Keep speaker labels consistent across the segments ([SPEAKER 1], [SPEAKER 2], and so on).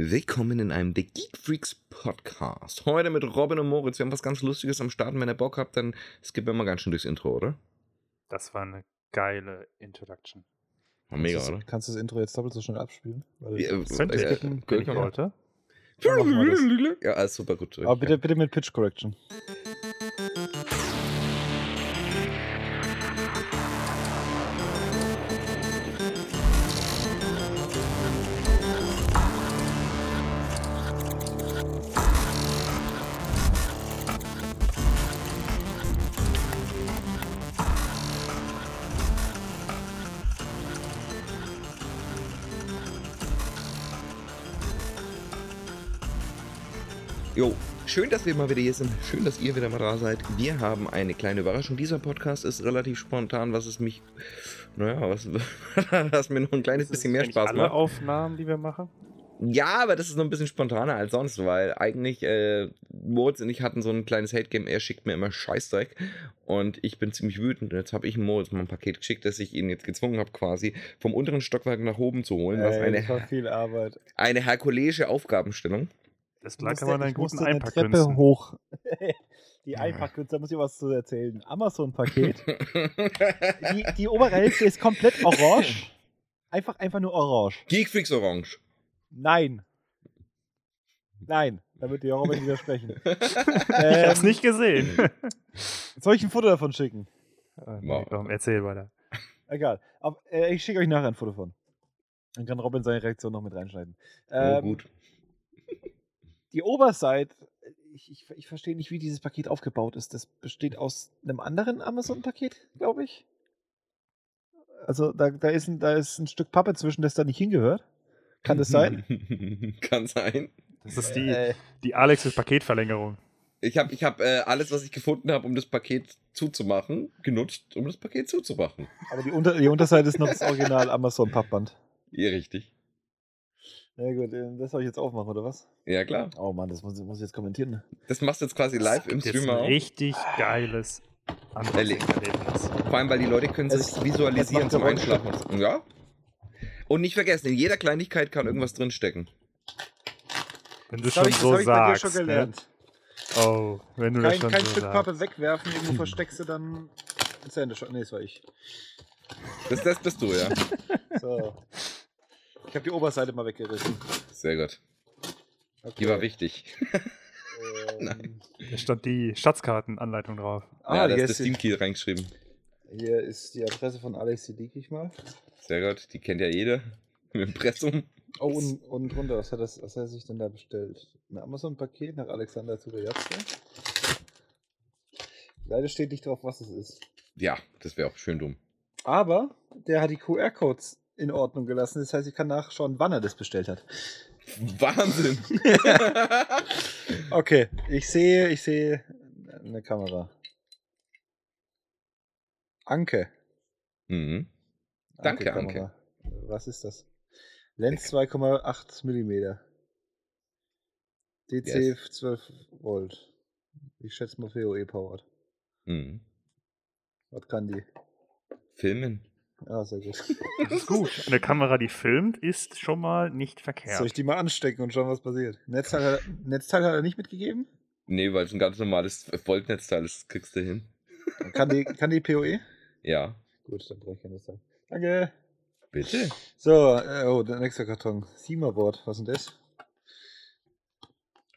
[SPEAKER 1] Willkommen in einem The Geek Freaks Podcast. Heute mit Robin und Moritz. Wir haben was ganz Lustiges am Start. Wenn ihr Bock habt, dann skippen wir mal ganz schön durchs Intro, oder?
[SPEAKER 2] Das war eine geile Introduction.
[SPEAKER 1] War mega,
[SPEAKER 3] kannst
[SPEAKER 1] oder?
[SPEAKER 3] Das, kannst du das Intro jetzt doppelt so schnell abspielen? Weil
[SPEAKER 1] Ja,
[SPEAKER 2] Könnt
[SPEAKER 1] äh,
[SPEAKER 2] ihr skippen, wenn ich
[SPEAKER 1] können wir-
[SPEAKER 2] wollte?
[SPEAKER 3] Dann machen
[SPEAKER 1] Ja, alles super gut.
[SPEAKER 2] Ah,
[SPEAKER 3] aber bitte, bitte mit Pitch Correction.
[SPEAKER 1] Jo, schön, dass wir mal wieder hier sind. Schön, dass ihr wieder mal da seid. Wir haben eine kleine Überraschung. Dieser Podcast ist relativ spontan, was es mich, naja, was, was mir noch ein kleines
[SPEAKER 2] Ist das
[SPEAKER 1] bisschen mehr
[SPEAKER 2] eigentlich
[SPEAKER 1] Spaß ne?
[SPEAKER 2] alle
[SPEAKER 1] macht.
[SPEAKER 2] Aufnahmen, die wir machen?
[SPEAKER 1] Ja, aber das ist noch ein bisschen spontaner als sonst, weil eigentlich äh, Moritz und ich hatten so ein kleines Hate-Game. Er schickt mir immer Scheißdreck und ich bin ziemlich wütend. Und jetzt habe ich Moritz mal ein Paket geschickt, dass ich ihn jetzt gezwungen habe, quasi vom unteren Stockwerk nach oben zu holen. was
[SPEAKER 3] Ey, das
[SPEAKER 1] eine,
[SPEAKER 3] war viel Arbeit.
[SPEAKER 1] eine herkuleische Aufgabenstellung.
[SPEAKER 2] Das
[SPEAKER 3] Ich
[SPEAKER 2] klar
[SPEAKER 3] musste-
[SPEAKER 2] kann man einen
[SPEAKER 3] ich
[SPEAKER 2] guten
[SPEAKER 3] musste eine
[SPEAKER 2] Einpack
[SPEAKER 3] Treppe
[SPEAKER 2] wünschen.
[SPEAKER 3] hoch. Die
[SPEAKER 1] Ja.
[SPEAKER 3] Einpackkünstler, da muss ich was zu erzählen. Amazon-Paket. die, die obere Hälfte ist komplett orange. Einfach, einfach nur orange.
[SPEAKER 1] Geekfreaks Orange.
[SPEAKER 3] Nein. Nein. Da wird die Robin widersprechen.
[SPEAKER 2] Ich hab's
[SPEAKER 3] ähm,
[SPEAKER 2] nicht gesehen.
[SPEAKER 3] soll ich ein Foto davon schicken?
[SPEAKER 2] Ah, nee,
[SPEAKER 1] Wow.
[SPEAKER 2] komm, erzähl weiter.
[SPEAKER 3] Egal. Aber, äh, ich schicke euch nachher ein Foto von. Dann kann Robin seine Reaktion noch mit reinschneiden.
[SPEAKER 1] oh,
[SPEAKER 3] Ähm,
[SPEAKER 1] gut.
[SPEAKER 3] die Oberseite, ich, ich, ich verstehe nicht, wie dieses Paket aufgebaut ist. Das besteht aus einem anderen Amazon-Paket, glaube ich. Also da, da, ist ein, da ist ein Stück Pappe zwischen, das da nicht hingehört. Kann das sein?
[SPEAKER 1] Kann sein.
[SPEAKER 2] Das ist die,
[SPEAKER 3] Äh,
[SPEAKER 2] die Alexes Paketverlängerung.
[SPEAKER 1] Ich habe ich hab, äh, alles, was ich gefunden habe, um das Paket zuzumachen, genutzt, um das Paket zuzumachen.
[SPEAKER 3] aber die, Unter, die Unterseite ist noch das Original Amazon-Pappband.
[SPEAKER 1] Ja, richtig.
[SPEAKER 3] Ja gut, äh, das soll ich jetzt aufmachen, oder was?
[SPEAKER 1] Ja, klar.
[SPEAKER 3] Oh Mann, das muss, ich- muss ich jetzt kommentieren. ne?
[SPEAKER 1] Das machst du jetzt quasi live im
[SPEAKER 2] Gibt jetzt
[SPEAKER 1] Stream
[SPEAKER 2] ein
[SPEAKER 1] auch.
[SPEAKER 2] richtig geiles Erlebnis.
[SPEAKER 1] Vor allem, weil die Leute können sich
[SPEAKER 3] Es-
[SPEAKER 1] visualisieren
[SPEAKER 3] es macht
[SPEAKER 1] zum
[SPEAKER 3] Geräusche.
[SPEAKER 1] Einschlafen. Ja. Und nicht vergessen, in jeder Kleinigkeit kann irgendwas drinstecken.
[SPEAKER 2] Wenn du schon so sagst. Ne? Oh, wenn du das
[SPEAKER 3] Kein,
[SPEAKER 2] schon
[SPEAKER 3] kein
[SPEAKER 2] so
[SPEAKER 3] Stück
[SPEAKER 2] sagst.
[SPEAKER 3] Pappe wegwerfen, irgendwo versteckst du dann... Das Ende schon. Nee, das war ich.
[SPEAKER 1] Das, das bist du, ja.
[SPEAKER 3] So. Ich habe die Oberseite mal weggerissen.
[SPEAKER 1] Sehr gut.
[SPEAKER 3] Okay.
[SPEAKER 1] Die war wichtig.
[SPEAKER 3] Ähm,
[SPEAKER 2] Da stand die Schatzkartenanleitung drauf.
[SPEAKER 3] Ah,
[SPEAKER 1] ja, da
[SPEAKER 3] hier,
[SPEAKER 1] ist das
[SPEAKER 3] ist die,
[SPEAKER 1] Steam-Key reingeschrieben.
[SPEAKER 3] hier ist die Adresse von Alex, die liege ich mal.
[SPEAKER 1] Sehr gut. Die kennt ja jeder. Im Impressum.
[SPEAKER 3] Oh, und, und runter, was hat, das, was hat er sich denn da bestellt? Ein Amazon-Paket nach Alexander Zubeljatze. Leider steht nicht drauf, was es ist.
[SPEAKER 1] Ja, das wäre auch schön dumm.
[SPEAKER 3] Aber der hat die QR-Codes in Ordnung gelassen. Das heißt, ich kann nachschauen, wann er das bestellt hat.
[SPEAKER 1] Wahnsinn.
[SPEAKER 3] Okay, ich sehe, ich sehe eine Kamera. Anke.
[SPEAKER 1] mhm. Danke,
[SPEAKER 3] Kamera. Was ist das? Lens 2,8 mm. DC
[SPEAKER 1] Yes.
[SPEAKER 3] 12 Volt. Ich schätze mal PoE powered.
[SPEAKER 1] Mhm.
[SPEAKER 3] Was kann die?
[SPEAKER 1] Filmen.
[SPEAKER 3] Ah, sehr gut.
[SPEAKER 2] Das ist gut. Eine Kamera, die filmt, ist schon mal nicht verkehrt.
[SPEAKER 3] Soll ich die mal anstecken und schauen, was passiert? Netzteil hat, er- Netzteil hat er nicht mitgegeben?
[SPEAKER 1] Nee, weil es ein ganz normales Voltnetzteil ist, das kriegst du hin.
[SPEAKER 3] Kann die, kann die PoE?
[SPEAKER 1] Ja.
[SPEAKER 3] Gut, dann brauche ich kein Netzteil. Danke.
[SPEAKER 1] Bitte.
[SPEAKER 3] So, äh, oh, der nächste Karton. Siemerboard, was ist denn das?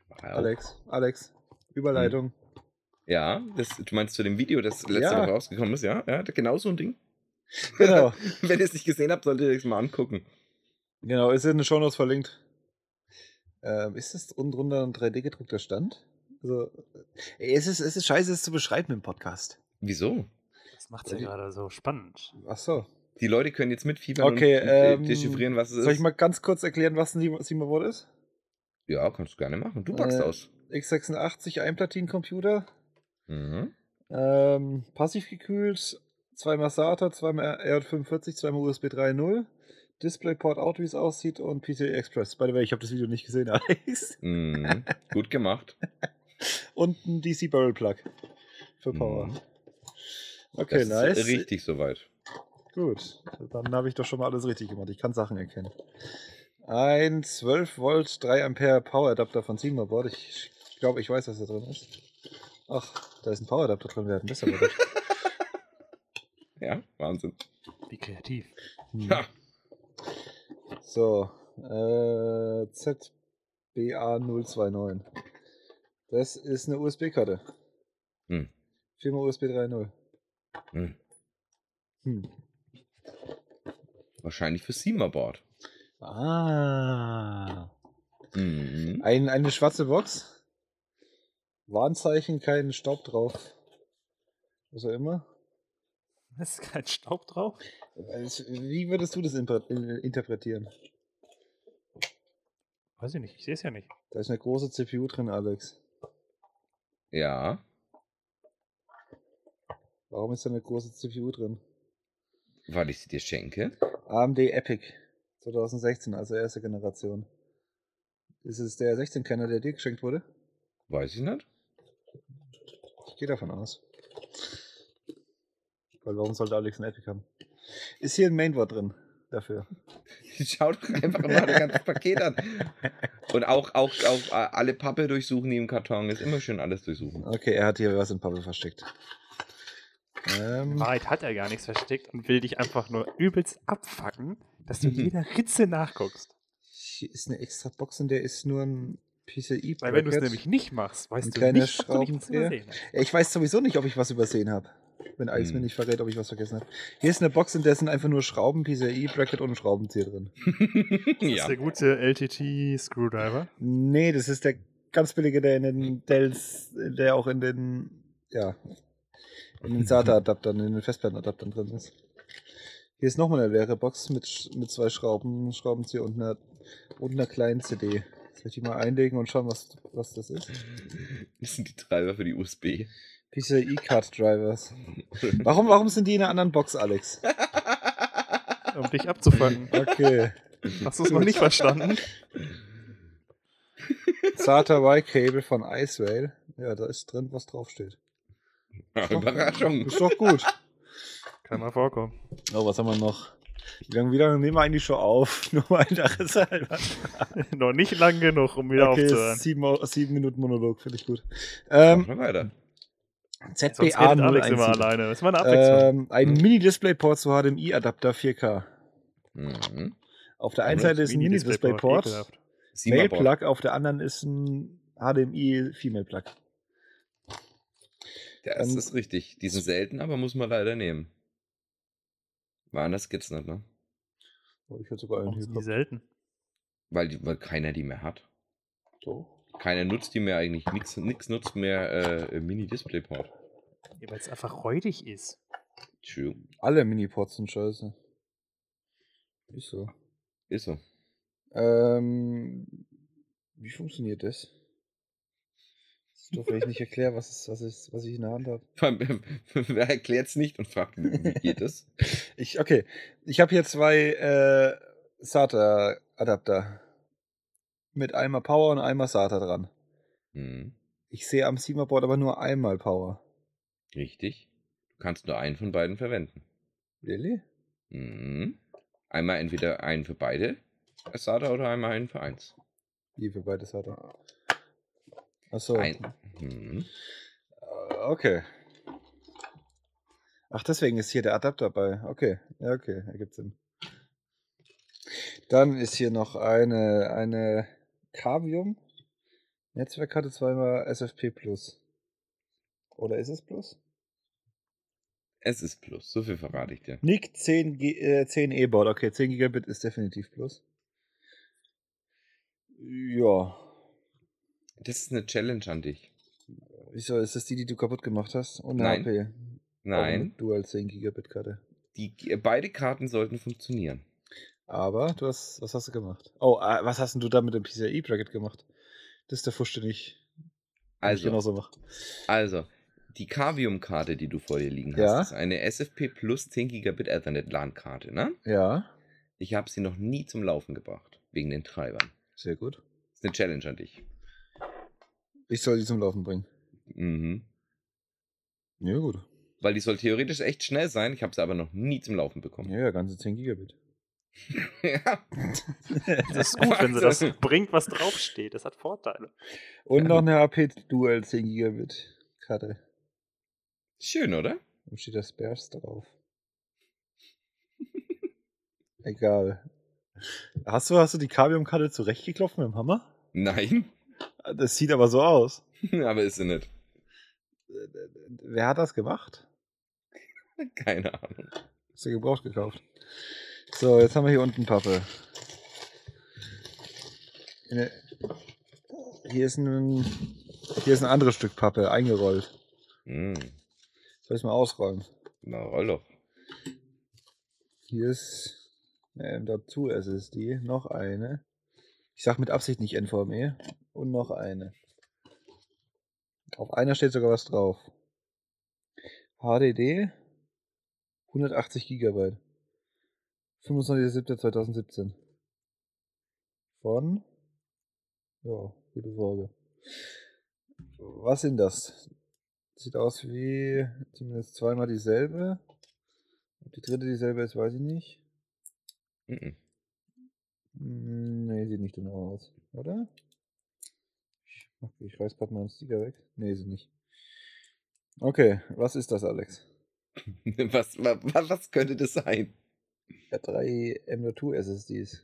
[SPEAKER 1] Wow.
[SPEAKER 3] Alex, Alex, Überleitung.
[SPEAKER 1] Hm. Ja, das, du meinst zu dem Video, das letzte
[SPEAKER 3] Ja.
[SPEAKER 1] Woche rausgekommen ist, ja? Ja, genau so ein Ding.
[SPEAKER 3] Genau.
[SPEAKER 1] Wenn ihr es nicht gesehen habt, solltet ihr es mal angucken.
[SPEAKER 3] Genau, ist in den Shownotes verlinkt. Ähm, ist das unten drunter ein 3D-gedruckter Stand? Also, äh, es ist, es ist scheiße, es zu beschreiben im Podcast.
[SPEAKER 1] Wieso?
[SPEAKER 2] Das macht's ja gerade so spannend.
[SPEAKER 3] Ach so.
[SPEAKER 1] Die Leute können jetzt mitfiebern
[SPEAKER 3] Okay,
[SPEAKER 1] und äh,
[SPEAKER 3] ähm,
[SPEAKER 1] dechiffrieren, was es
[SPEAKER 3] Soll ich
[SPEAKER 1] ist.
[SPEAKER 3] mal ganz kurz erklären, was ein Sim- Simavod ist?
[SPEAKER 1] Ja, kannst du gerne machen. Du packst
[SPEAKER 3] Äh,
[SPEAKER 1] aus.
[SPEAKER 3] X86 Einplatinencomputer,
[SPEAKER 1] Mhm.
[SPEAKER 3] ähm, passiv gekühlt, zweimal SATA, zweimal RJ45, zweimal USB 3.0, DisplayPort Out, wie es aussieht, und PCI Express. By the way, ich habe das Video nicht gesehen, Alex.
[SPEAKER 1] Mhm. Gut gemacht.
[SPEAKER 3] Und ein DC Barrel Plug für Power.
[SPEAKER 1] Mhm.
[SPEAKER 3] Okay,
[SPEAKER 1] das
[SPEAKER 3] nice.
[SPEAKER 1] ist richtig soweit.
[SPEAKER 3] Gut, dann habe ich doch schon mal alles richtig gemacht. Ich kann Sachen erkennen. Ein 12 Volt 3 Ampere Power Adapter von Sigma Board. Ich, ich glaube, ich weiß, was da drin ist. Ach, da ist ein Power Adapter drin, wir hatten das aber nicht.
[SPEAKER 1] Ja, Wahnsinn.
[SPEAKER 2] Wie kreativ.
[SPEAKER 3] Hm.
[SPEAKER 1] Ja.
[SPEAKER 3] So, äh, ZBA029. Das ist eine USB-Karte.
[SPEAKER 1] Hm.
[SPEAKER 3] Firma USB 3.0.
[SPEAKER 1] Hm.
[SPEAKER 3] Hm.
[SPEAKER 1] Wahrscheinlich für Seamer-Board.
[SPEAKER 3] Ah.
[SPEAKER 1] Mhm.
[SPEAKER 3] Ein, eine schwarze Box. Warnzeichen, kein Staub drauf. Was auch immer.
[SPEAKER 2] Ist kein Staub drauf?
[SPEAKER 3] Also, Wie würdest du das imper- äh, interpretieren?
[SPEAKER 2] Weiß ich nicht, ich sehe es ja nicht.
[SPEAKER 3] Da ist eine große CPU drin, Alex.
[SPEAKER 1] Ja.
[SPEAKER 3] Warum ist da eine große CPU drin?
[SPEAKER 1] Weil ich sie dir schenke.
[SPEAKER 3] AMD Epic 2016, also erste Generation. Ist es der 16-Kerner, der dir geschenkt wurde?
[SPEAKER 1] Weiß ich nicht.
[SPEAKER 3] Ich gehe davon aus. Weil warum sollte Alex ein Epic haben? Ist hier ein Mainboard drin dafür?
[SPEAKER 1] Schau doch einfach mal das ganze Paket an. Und auch, auch, auch äh, alle Pappe durchsuchen, die im Karton ist. Immer schön alles durchsuchen.
[SPEAKER 3] Okay, er hat hier was in Pappe versteckt.
[SPEAKER 2] In
[SPEAKER 3] Ähm,
[SPEAKER 2] Wahrheit hat er gar nichts versteckt und will dich einfach nur übelst abfacken, dass du jeder Ritze nachguckst.
[SPEAKER 3] hier ist eine extra Box und der ist nur ein PCI.
[SPEAKER 2] Weil wenn du es
[SPEAKER 3] Bracket.
[SPEAKER 2] nämlich nicht machst,
[SPEAKER 3] Ein
[SPEAKER 2] weißt du
[SPEAKER 3] kleiner
[SPEAKER 2] nicht, ob du nicht was
[SPEAKER 3] Schraubenzieher.
[SPEAKER 2] übersehen hast.
[SPEAKER 3] Ich weiß sowieso nicht, ob ich was übersehen habe. Wenn Alex
[SPEAKER 1] Hm.
[SPEAKER 3] mir nicht verrät, ob ich was vergessen habe. Hier ist eine Box, in der sind einfach nur Schrauben, PCI, Bracket und ein Schraubenzieher drin.
[SPEAKER 2] Das ist der gute LTT-Screwdriver.
[SPEAKER 3] Nee, das ist der ganz billige, der in den Dells, der auch in den, ja, in den SATA-Adaptern, in den Festplattenadaptern drin ist. Hier ist nochmal eine leere Box mit, Sch- mit zwei Schrauben, Schraubenzieher und einer, und einer kleinen CD. Soll ich die mal einlegen und schauen, was, was das ist?
[SPEAKER 1] Das sind die Treiber für die USB.
[SPEAKER 3] PCI-Card-Drivers. Warum, warum sind die in einer anderen Box, Alex?
[SPEAKER 2] um dich abzufangen.
[SPEAKER 3] Okay.
[SPEAKER 2] Hast du es noch nicht verstanden?
[SPEAKER 3] SATA Y-Cable von Ice Rail. Ja, da ist drin, was draufsteht.
[SPEAKER 1] Überraschung.
[SPEAKER 3] Ist doch gut.
[SPEAKER 2] Kann mal vorkommen.
[SPEAKER 3] Oh, was haben wir noch? Wie lange, wie lange nehmen wir eigentlich schon auf? Nur mal halber.
[SPEAKER 2] noch nicht lang genug, um wieder
[SPEAKER 3] Okay,
[SPEAKER 2] aufzuhören.
[SPEAKER 3] sieben, Au- sieben Minuten Monolog, finde ich gut.
[SPEAKER 1] Machen
[SPEAKER 3] Ähm,
[SPEAKER 1] wir weiter.
[SPEAKER 2] Sonst redet Alex immer
[SPEAKER 3] ZBA
[SPEAKER 2] alleine. Das ist mal eine Abwechslung.
[SPEAKER 3] ähm, Ein
[SPEAKER 2] Hm.
[SPEAKER 3] Mini-Display-Port zu HDMI-Adapter 4K.
[SPEAKER 1] Mhm.
[SPEAKER 3] Auf der einen Seite ist ein
[SPEAKER 2] Mini-Display-Port,
[SPEAKER 3] Mini-Display-Port,
[SPEAKER 1] Seamer-Board.
[SPEAKER 3] Mail-Plug, auf der anderen ist ein HDMI-Female-Plug.
[SPEAKER 1] Das ist richtig. Die sind selten, aber muss man leider nehmen. Weil anders geht's nicht, ne?
[SPEAKER 3] Oh, ich hätte sogar einen
[SPEAKER 2] Warum sind die
[SPEAKER 3] hier.
[SPEAKER 2] selten?
[SPEAKER 1] Weil, die- weil keiner die mehr hat.
[SPEAKER 3] So.
[SPEAKER 1] Keiner nutzt die mehr eigentlich. Nix, nix nutzt mehr äh, Mini-Displayport.
[SPEAKER 2] Ja, Weil es einfach räudig ist.
[SPEAKER 1] True.
[SPEAKER 3] Alle Mini-Ports sind scheiße. Ist so.
[SPEAKER 1] Ist so.
[SPEAKER 3] Ähm, wie funktioniert das? Das ist doof, wenn ich nicht erkläre, was, ist, was, ist, was ich in der Hand habe.
[SPEAKER 1] Vor allem, Wer erklärt's nicht und fragt, wie geht es?
[SPEAKER 3] Ich, okay, ich habe hier zwei äh, SATA-Adapter. Mit einmal Power und einmal SATA dran.
[SPEAKER 1] Mhm.
[SPEAKER 3] Ich sehe am SEMA-Board aber nur einmal Power.
[SPEAKER 1] Richtig. Du kannst nur einen von beiden verwenden.
[SPEAKER 3] Really?
[SPEAKER 1] Mhm. Einmal entweder einen für beide SATA oder einmal einen für eins.
[SPEAKER 3] Wie für beide SATA. Achso.
[SPEAKER 1] Ein. Mhm.
[SPEAKER 3] Äh, Okay. Ach, deswegen ist hier der Adapter bei. Okay, ja, okay, ergibt Sinn. Dann ist hier noch eine, eine Cavium Netzwerkkarte zweimal SFP Plus. Oder ist es Plus?
[SPEAKER 1] Es ist Plus. So viel verrate ich dir.
[SPEAKER 3] NIC 10, G- äh, 10 E-Board. Okay, 10 Gigabit ist definitiv Plus. Ja.
[SPEAKER 1] Das ist eine Challenge an dich.
[SPEAKER 3] Wieso ist das die, die du kaputt gemacht hast? Und eine
[SPEAKER 1] Nein.
[SPEAKER 3] HP.
[SPEAKER 1] Nein.
[SPEAKER 3] Dual 10 Gigabit Karte.
[SPEAKER 1] Die, äh, beide Karten sollten funktionieren.
[SPEAKER 3] Aber du hast, was hast du gemacht? Oh, äh, was hast denn du da mit dem PCI-Bracket gemacht? Das ist der Fusch, den ich, den ich
[SPEAKER 1] Also,
[SPEAKER 3] genauso mache.
[SPEAKER 1] also die Cavium-Karte, die du vor dir liegen hast,
[SPEAKER 3] Ja.
[SPEAKER 1] ist eine SFP plus 10 Gigabit Ethernet LAN-Karte, ne?
[SPEAKER 3] Ja,
[SPEAKER 1] Ich habe sie noch nie zum Laufen gebracht, wegen den Treibern.
[SPEAKER 3] sehr gut.
[SPEAKER 1] Ist eine Challenge an dich.
[SPEAKER 3] Ich soll die zum Laufen bringen.
[SPEAKER 1] Mhm.
[SPEAKER 3] Ja, gut.
[SPEAKER 1] Weil die soll theoretisch echt schnell sein, ich habe sie aber noch nie zum Laufen bekommen.
[SPEAKER 3] Ja, ja, ganze 10 Gigabit.
[SPEAKER 1] ja.
[SPEAKER 2] Das ist gut, wenn sie das bringt, was draufsteht. Das hat Vorteile.
[SPEAKER 3] Und noch eine HP Dual 10 Gigabit Karte.
[SPEAKER 1] Schön, oder?
[SPEAKER 3] Warum steht das Bears drauf? Egal.
[SPEAKER 4] Hast du, hast du die Kavium-Karte zurechtgeklopft mit dem Hammer?
[SPEAKER 1] Nein,
[SPEAKER 3] Äh,
[SPEAKER 4] Das sieht aber so aus.
[SPEAKER 1] aber ist sie nicht.
[SPEAKER 3] Äh, Wer hat das gemacht?
[SPEAKER 1] Keine Ahnung.
[SPEAKER 3] Hast du gebraucht gekauft? So, jetzt haben wir hier unten Pappe. Eine- Hier ist ein, hier ist ein anderes Stück Pappe eingerollt.
[SPEAKER 1] Hm.
[SPEAKER 3] Soll ich mal ausräumen?
[SPEAKER 1] Na, roll doch.
[SPEAKER 3] Hier ist ähm, dazu SSD, noch eine. Ich sag mit Absicht nicht NVMe. E. Und noch eine. Auf einer steht sogar was drauf. HDD 180 GB. 25.07.2017. Von? Ja, gute Frage. Was sind das? Sieht aus wie zumindest zweimal dieselbe. Ob die dritte dieselbe ist, weiß ich nicht.
[SPEAKER 1] Mhm.
[SPEAKER 3] Mm, Nee, sieht nicht genau aus, oder? Ich, mach- ich reiß gerade mal einen Sticker weg. Nee, sie nicht. Okay, was ist das, Alex?
[SPEAKER 1] Was, was, was könnte das sein?
[SPEAKER 3] Ja, drei M.2 SSDs.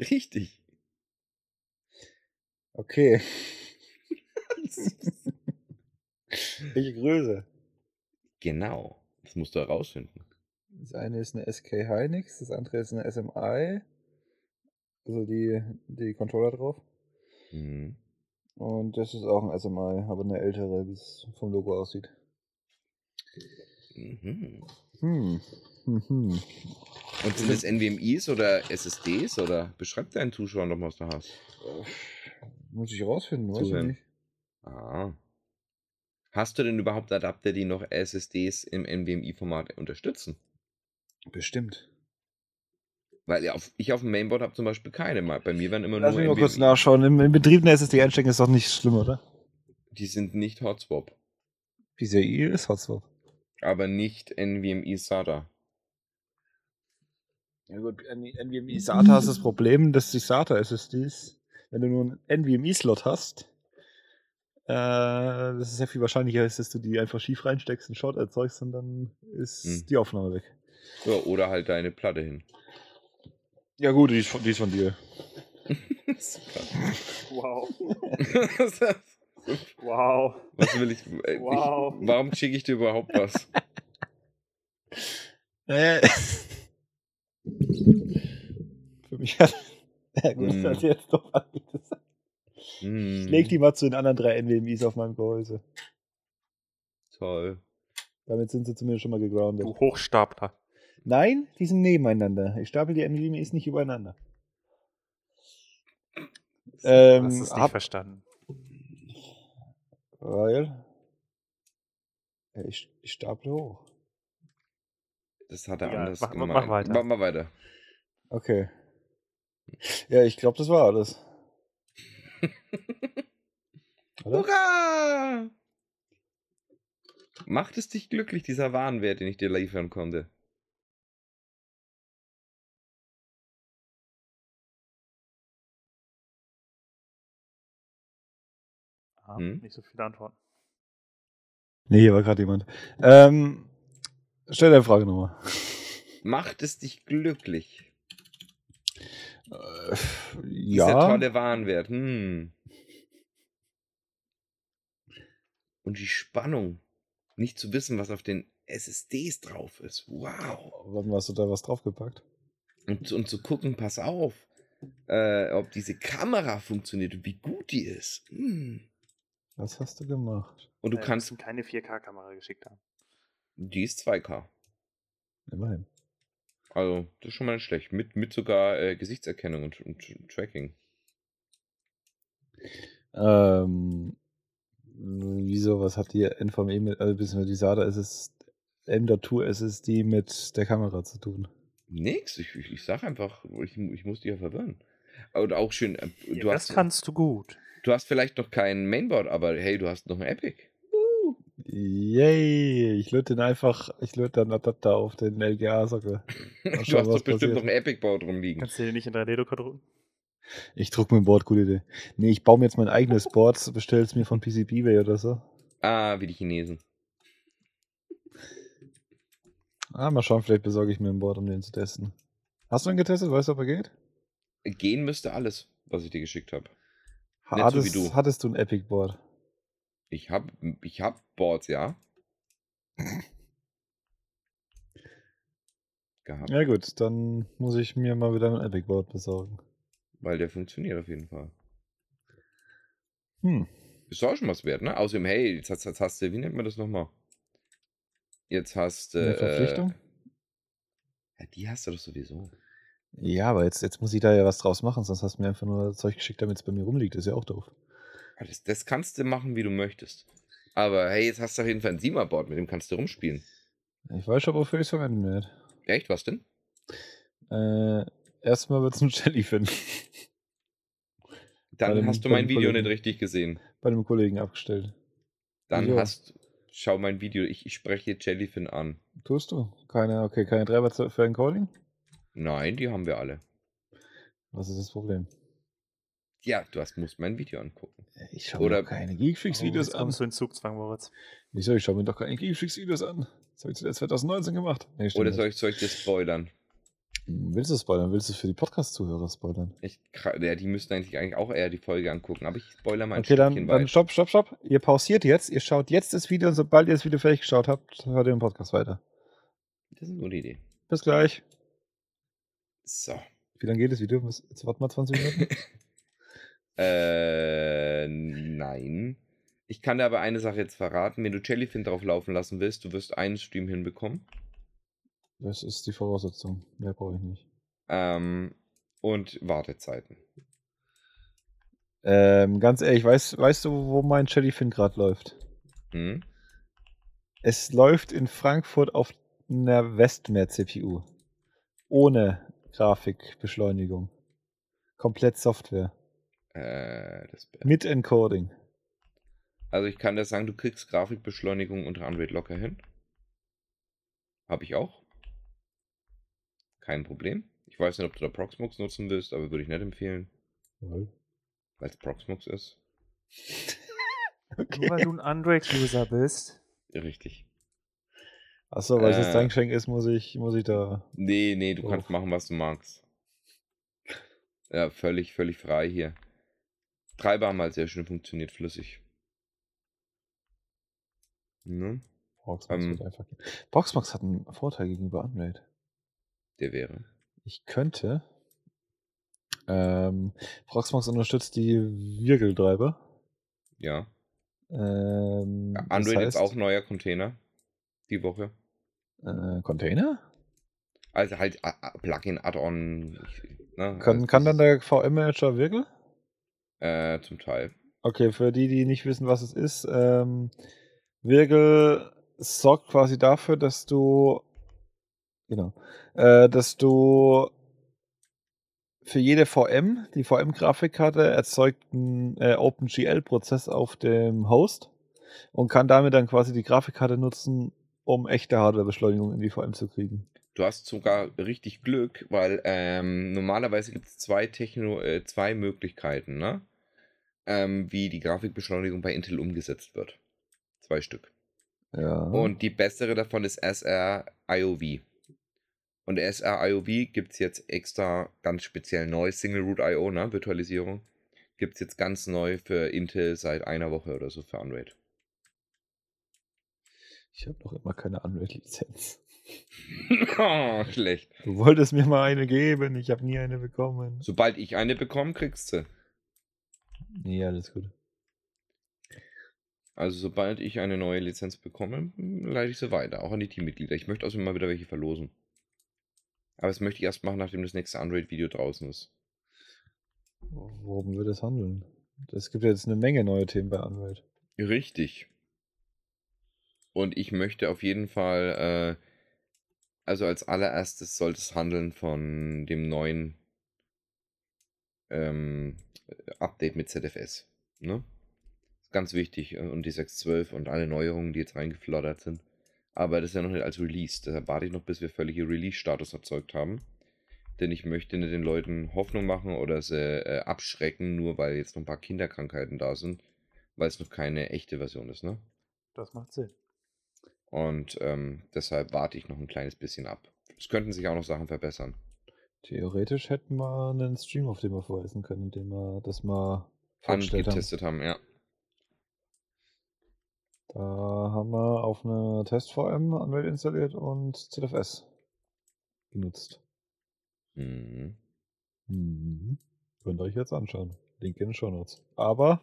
[SPEAKER 1] Richtig.
[SPEAKER 3] Okay. Welche Größe?
[SPEAKER 1] Genau. Das musst du herausfinden.
[SPEAKER 3] Das eine ist eine SK Hynix, das andere ist eine SMI. Also die, die Controller drauf.
[SPEAKER 1] Mhm.
[SPEAKER 3] Und das ist auch ein SMI, aber eine ältere, wie es vom Logo aussieht.
[SPEAKER 1] Mhm.
[SPEAKER 3] Hm. Mhm.
[SPEAKER 1] Und sind das NVMEs oder SSDs oder beschreib deinen Zuschauern doch mal, was du hast.
[SPEAKER 3] Muss ich rausfinden, weiß ich
[SPEAKER 1] Zuhören.
[SPEAKER 3] nicht.
[SPEAKER 1] Ah. Hast du denn überhaupt Adapter, die noch SSDs im NVMe-Format unterstützen?
[SPEAKER 3] Bestimmt.
[SPEAKER 1] Weil ja, auf, ich auf dem Mainboard habe zum Beispiel keine. mal. Bei mir waren immer
[SPEAKER 3] Lass
[SPEAKER 1] nur
[SPEAKER 3] mich mal kurz
[SPEAKER 1] NVMe.
[SPEAKER 3] nachschauen. Im, im Betrieb eine SSD einstecken ist doch nicht schlimm, oder?
[SPEAKER 1] Die sind nicht Hotswap,
[SPEAKER 3] PCI E ist Hotswap.
[SPEAKER 1] aber nicht NVMe SATA.
[SPEAKER 3] Ja gut, NVMe SATA hast das Problem, dass die SATA SSDs, wenn du nur einen NVMe-Slot hast, äh, das ist ja viel wahrscheinlicher, ist, dass du die einfach schief reinsteckst, einen Short erzeugst und dann ist
[SPEAKER 1] Hm.
[SPEAKER 3] die Aufnahme weg.
[SPEAKER 1] Ja, oder halt deine Platte hin.
[SPEAKER 3] Ja gut, die ist von, die ist von dir.
[SPEAKER 1] Super.
[SPEAKER 2] Wow. Wow.
[SPEAKER 1] was will ich? Äh,
[SPEAKER 2] Wow.
[SPEAKER 1] ich warum schicke ich dir überhaupt was?
[SPEAKER 3] Äh. Für mich hat. Ja, gut,
[SPEAKER 1] Hm.
[SPEAKER 3] das hat jetzt doch was gesagt.
[SPEAKER 1] Hm,
[SPEAKER 3] Ich leg die mal zu den anderen drei NWMIs auf meinem Gehäuse.
[SPEAKER 1] Toll.
[SPEAKER 3] Damit sind sie zumindest schon mal gegroundet.
[SPEAKER 2] Du Hochstapler.
[SPEAKER 3] Nein, die sind nebeneinander. Ich stapel die NWMIs nicht übereinander.
[SPEAKER 2] Du hast
[SPEAKER 3] Ähm,
[SPEAKER 2] es nicht
[SPEAKER 3] hab,
[SPEAKER 2] verstanden.
[SPEAKER 3] weil Ja, ich, ich staple hoch.
[SPEAKER 1] Das hat er
[SPEAKER 2] Ja,
[SPEAKER 1] anders
[SPEAKER 2] mach- mach-
[SPEAKER 1] gemeint.
[SPEAKER 2] mach weiter.
[SPEAKER 1] Mach mal weiter.
[SPEAKER 3] Okay. Ja, ich glaube, das war alles. Oder?
[SPEAKER 1] Hurra! Macht es dich glücklich, dieser Warenwert, den ich dir liefern konnte?
[SPEAKER 2] Ah,
[SPEAKER 1] Hm?
[SPEAKER 2] Nicht so viele Antworten.
[SPEAKER 3] Nee, hier war gerade jemand. Ähm, stell deine Frage nochmal.
[SPEAKER 1] Macht es dich glücklich?
[SPEAKER 3] Äh,
[SPEAKER 1] Dieser
[SPEAKER 3] ja.
[SPEAKER 1] tolle Warenwert. Hm. Und die Spannung, nicht zu wissen, was auf den SSDs drauf ist. Wow.
[SPEAKER 3] Warte mal, hast du da was draufgepackt?
[SPEAKER 1] Und, und zu gucken, pass auf, äh, ob diese Kamera funktioniert und wie gut die ist. Hm.
[SPEAKER 3] Was hast du gemacht?
[SPEAKER 1] Und du
[SPEAKER 2] Äh,
[SPEAKER 1] kannst,
[SPEAKER 2] müssen keine 4K-Kamera geschickt haben.
[SPEAKER 1] die ist 2K.
[SPEAKER 3] Immerhin.
[SPEAKER 1] Also, das ist schon mal nicht schlecht. Mit, mit sogar äh, Gesichtserkennung und, und Tracking.
[SPEAKER 3] Ähm, wieso, was hat die NVMe mit, also bzw. die SATA SS, M.2 SSD mit der Kamera zu tun?
[SPEAKER 1] Nix, ich, ich, ich sag einfach, ich, ich muss dich ja verwirren. Und auch schön, äh,
[SPEAKER 2] Ja,
[SPEAKER 1] du,
[SPEAKER 2] das
[SPEAKER 1] hast,
[SPEAKER 2] kannst du gut.
[SPEAKER 1] du hast vielleicht noch kein Mainboard, aber hey, du hast noch ein Epic. Uh,
[SPEAKER 3] Yay, ich löte dann einfach, ich löte dann Adapter auf den LGA-Sockel.
[SPEAKER 1] Du hast doch bestimmt noch ein Epic-Board rumliegen.
[SPEAKER 2] Kannst du den nicht in 3D-Drucker drucken?
[SPEAKER 3] Ich druck mir ein Board, gute Idee. Nee, ich baue mir jetzt mein eigenes Board, bestell es mir von PCBWay oder so.
[SPEAKER 1] Ah, wie die Chinesen.
[SPEAKER 3] Ah, mal schauen, vielleicht besorge ich mir ein Board, um den zu testen. Hast du ihn getestet? Weißt du, ob er geht?
[SPEAKER 1] Gehen müsste alles, was ich dir geschickt habe. Nicht so
[SPEAKER 3] Hattest,
[SPEAKER 1] wie du.
[SPEAKER 3] hattest du ein Epic Board?
[SPEAKER 1] Ich hab, ich hab Boards, ja. Gehabt,
[SPEAKER 3] Ja gut, dann muss ich mir mal wieder ein Epic Board besorgen.
[SPEAKER 1] weil der funktioniert auf jeden Fall.
[SPEAKER 3] Hm.
[SPEAKER 1] Ist auch schon was wert, ne? Außerdem, hey, jetzt hast, jetzt hast du, wie nennt man das nochmal? Jetzt hast du.
[SPEAKER 3] Eine Verpflichtung?
[SPEAKER 1] Äh, ja, die hast du doch sowieso.
[SPEAKER 3] Ja, aber jetzt, jetzt muss ich da ja was draus machen, sonst hast du mir einfach nur Zeug geschickt, damit es bei mir rumliegt. Ist ja auch doof.
[SPEAKER 1] Aber Das, das kannst du machen, wie du möchtest. Aber hey, jetzt hast du auf jeden Fall ein Siemer-Board, mit dem kannst du rumspielen.
[SPEAKER 3] Ich weiß schon, wofür ich es verwenden werde.
[SPEAKER 1] Echt, was denn?
[SPEAKER 3] Äh, erstmal wird es ein Jellyfin Bei
[SPEAKER 1] Dann
[SPEAKER 3] dem-
[SPEAKER 1] hast du
[SPEAKER 3] bei
[SPEAKER 1] mein
[SPEAKER 3] dem
[SPEAKER 1] Video
[SPEAKER 3] Kollegen.
[SPEAKER 1] nicht richtig gesehen.
[SPEAKER 3] bei einem Kollegen abgestellt.
[SPEAKER 1] Dann
[SPEAKER 3] Wieso?
[SPEAKER 1] hast Schau mein Video, ich, ich spreche Jellyfin an.
[SPEAKER 3] Tust du? Keine, okay, keine Treiber zu- für ein Calling?
[SPEAKER 1] Nein, die haben wir alle.
[SPEAKER 3] Was ist das Problem?
[SPEAKER 1] Ja, du hast, musst mein Video angucken.
[SPEAKER 3] Äh, Ich schaue
[SPEAKER 1] mir
[SPEAKER 3] mir
[SPEAKER 1] Oder- Oh,
[SPEAKER 3] doch
[SPEAKER 1] doch
[SPEAKER 3] keine
[SPEAKER 1] keine
[SPEAKER 3] Geekfreaks-Videos an.
[SPEAKER 2] Oh, Kommst du in Zugzwang, Moritz?
[SPEAKER 3] Wieso? Ich schaue mir doch keine Geekfreaks-Videos an. Das habe ich zuletzt 2019 gemacht. Nee, stimmt
[SPEAKER 1] Oder
[SPEAKER 3] nicht.
[SPEAKER 1] soll ich, soll ich dir spoilern?
[SPEAKER 3] Hm, Willst du spoilern? Willst du es für die Podcast-Zuhörer spoilern?
[SPEAKER 1] Ich, kra- ja, die müssten eigentlich, eigentlich auch eher die Folge angucken, aber ich spoilere mein
[SPEAKER 3] okay, dann,
[SPEAKER 1] Stückchen
[SPEAKER 3] dann
[SPEAKER 1] weiter.
[SPEAKER 3] stopp, stopp, stopp. Ihr pausiert jetzt, ihr schaut jetzt das Video und sobald ihr das Video fertig geschaut habt, hört ihr den Podcast weiter.
[SPEAKER 1] Das ist eine gute Idee.
[SPEAKER 3] Bis gleich.
[SPEAKER 1] So.
[SPEAKER 3] Wie lange geht das Video? Was- Jetzt warten wir 20 Minuten.
[SPEAKER 1] Äh, nein. Ich kann dir aber eine Sache jetzt verraten. Wenn du Jellyfin drauf laufen lassen willst, du wirst einen Stream hinbekommen.
[SPEAKER 3] das ist die Voraussetzung. Mehr brauche ich nicht.
[SPEAKER 1] Ähm, und Wartezeiten.
[SPEAKER 3] Ähm, ganz ehrlich, weißt, weißt du, wo mein Jellyfin gerade läuft?
[SPEAKER 1] Hm?
[SPEAKER 3] Es läuft in Frankfurt auf einer Westmer-CPU. Ohne Grafikbeschleunigung. Komplett Software.
[SPEAKER 1] Äh, das
[SPEAKER 3] Mit Encoding.
[SPEAKER 1] also ich kann dir sagen, du kriegst Grafikbeschleunigung unter Android locker hin. Habe ich auch. Kein Problem. Ich weiß nicht, ob du da Proxmox nutzen willst, aber würde ich nicht empfehlen, weil es Proxmox ist.
[SPEAKER 2] Nur weil
[SPEAKER 3] Okay.
[SPEAKER 2] du ein Android-User bist.
[SPEAKER 1] Richtig.
[SPEAKER 3] Achso, weil es jetzt
[SPEAKER 1] Äh.
[SPEAKER 3] eingeschränkt ist, muss ich, muss ich da.
[SPEAKER 1] Nee, nee, Ne, du
[SPEAKER 3] Doof.
[SPEAKER 1] kannst machen, was du magst. Ja, völlig, völlig frei hier. Treiber haben halt sehr schön funktioniert, flüssig. Ne?
[SPEAKER 3] Proxmox,
[SPEAKER 1] Ähm.
[SPEAKER 3] wird einfach gehen. Proxmox hat einen Vorteil gegenüber Android.
[SPEAKER 1] Der wäre.
[SPEAKER 3] Ich könnte. Ähm, Proxmox unterstützt die Wirgeltreiber.
[SPEAKER 1] Ja.
[SPEAKER 3] Ähm, Hm, das
[SPEAKER 1] Android
[SPEAKER 3] heißt,
[SPEAKER 1] jetzt auch neuer Container. Die Woche.
[SPEAKER 3] Äh, Container?
[SPEAKER 1] Also halt a- a- Plugin, Add-on. Ne?
[SPEAKER 3] Kann,
[SPEAKER 1] Also
[SPEAKER 3] kann dann
[SPEAKER 1] das-
[SPEAKER 3] der VM-Manager Wirgel?
[SPEAKER 1] Äh, zum Teil.
[SPEAKER 3] Okay, für die, die nicht wissen, was es ist, ähm, Virgil sorgt quasi dafür, dass du, genau, äh, dass du für jede VM, die VM-Grafikkarte erzeugt einen äh, OpenGL-Prozess auf dem Host und kann damit dann quasi die Grafikkarte nutzen, um echte Hardwarebeschleunigung in die VM zu kriegen.
[SPEAKER 1] Du hast sogar richtig Glück, weil ähm, normalerweise gibt es zwei, Techno- äh, zwei Möglichkeiten, ne? ähm, wie die Grafikbeschleunigung bei Intel umgesetzt wird. Zwei Stück.
[SPEAKER 3] Ja.
[SPEAKER 1] Und die bessere davon ist SR-IOV. Und SR-IOV gibt es jetzt extra ganz speziell neu, Single Root I.O., ne? Virtualisierung, gibt es jetzt ganz neu für Intel seit einer Woche oder so für Android.
[SPEAKER 3] ich habe noch immer keine Android-Lizenz.
[SPEAKER 1] oh, schlecht.
[SPEAKER 3] Du wolltest mir mal eine geben, ich habe nie eine bekommen.
[SPEAKER 1] Sobald ich eine bekomme, kriegst du.
[SPEAKER 3] Nee, alles gut.
[SPEAKER 1] Also sobald ich eine neue Lizenz bekomme, hm, leite ich sie weiter, auch an die Teammitglieder. Ich möchte außerdem mal wieder welche verlosen. Aber das möchte ich erst machen, nachdem das nächste Android-Video draußen ist.
[SPEAKER 3] Worum wird es handeln? Es gibt jetzt eine Menge neue Themen bei Android.
[SPEAKER 1] Richtig. Und ich möchte auf jeden Fall, äh, also als allererstes sollte es handeln von dem neuen ähm, Update mit ZFS. Ne? Es Ganz wichtig. äh, Und die 6.12 und alle Neuerungen, die jetzt reingefloddert sind. Aber das ist ja noch nicht als Release. Deshalb warte ich noch, bis wir völlige Release-Status erzeugt haben. Denn ich möchte nicht den Leuten Hoffnung machen oder sie äh, abschrecken, nur weil jetzt noch ein paar Kinderkrankheiten da sind, weil es noch keine echte Version ist, ne?
[SPEAKER 5] Das macht Sinn.
[SPEAKER 1] Und ähm, deshalb warte ich noch ein kleines bisschen ab. Es könnten sich auch noch Sachen verbessern.
[SPEAKER 3] Theoretisch hätten wir einen Stream, auf den wir verweisen können, indem wir das mal vorgestellt haben.
[SPEAKER 1] Angetestet haben, ja.
[SPEAKER 3] Da haben wir auf eine Test-VM Anwälte installiert und ZFS genutzt.
[SPEAKER 1] Mhm.
[SPEAKER 3] Mhm. Könnt ihr euch jetzt anschauen. Link in den Show Notes. Aber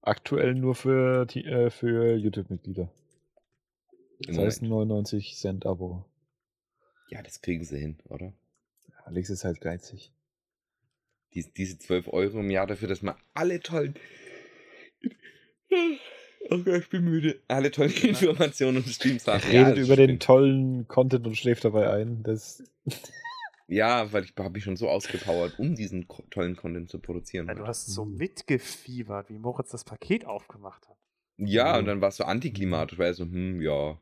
[SPEAKER 3] aktuell nur für, die- äh, für YouTube-Mitglieder.
[SPEAKER 1] Im
[SPEAKER 3] Das heißt ein
[SPEAKER 1] Moment.
[SPEAKER 3] 99 Cent Abo.
[SPEAKER 1] Ja, das kriegen sie hin, oder?
[SPEAKER 3] Alex ist halt geizig.
[SPEAKER 1] Dies, diese 12 Euro im Jahr dafür, dass man alle tollen. Okay, ich bin müde. Alle tollen Informationen und Streams hat. Ja,
[SPEAKER 3] Redet
[SPEAKER 1] das
[SPEAKER 3] über den
[SPEAKER 1] stimmt.
[SPEAKER 3] tollen Content und schläft dabei ein. Das
[SPEAKER 1] Ja, weil ich habe mich schon so ausgepowert, um diesen ko- tollen Content zu produzieren.
[SPEAKER 2] Ja, du hast so mitgefiebert, wie Moritz das Paket aufgemacht hat.
[SPEAKER 1] Ja, und dann war es so antiklimatisch, weil so, hm, ja.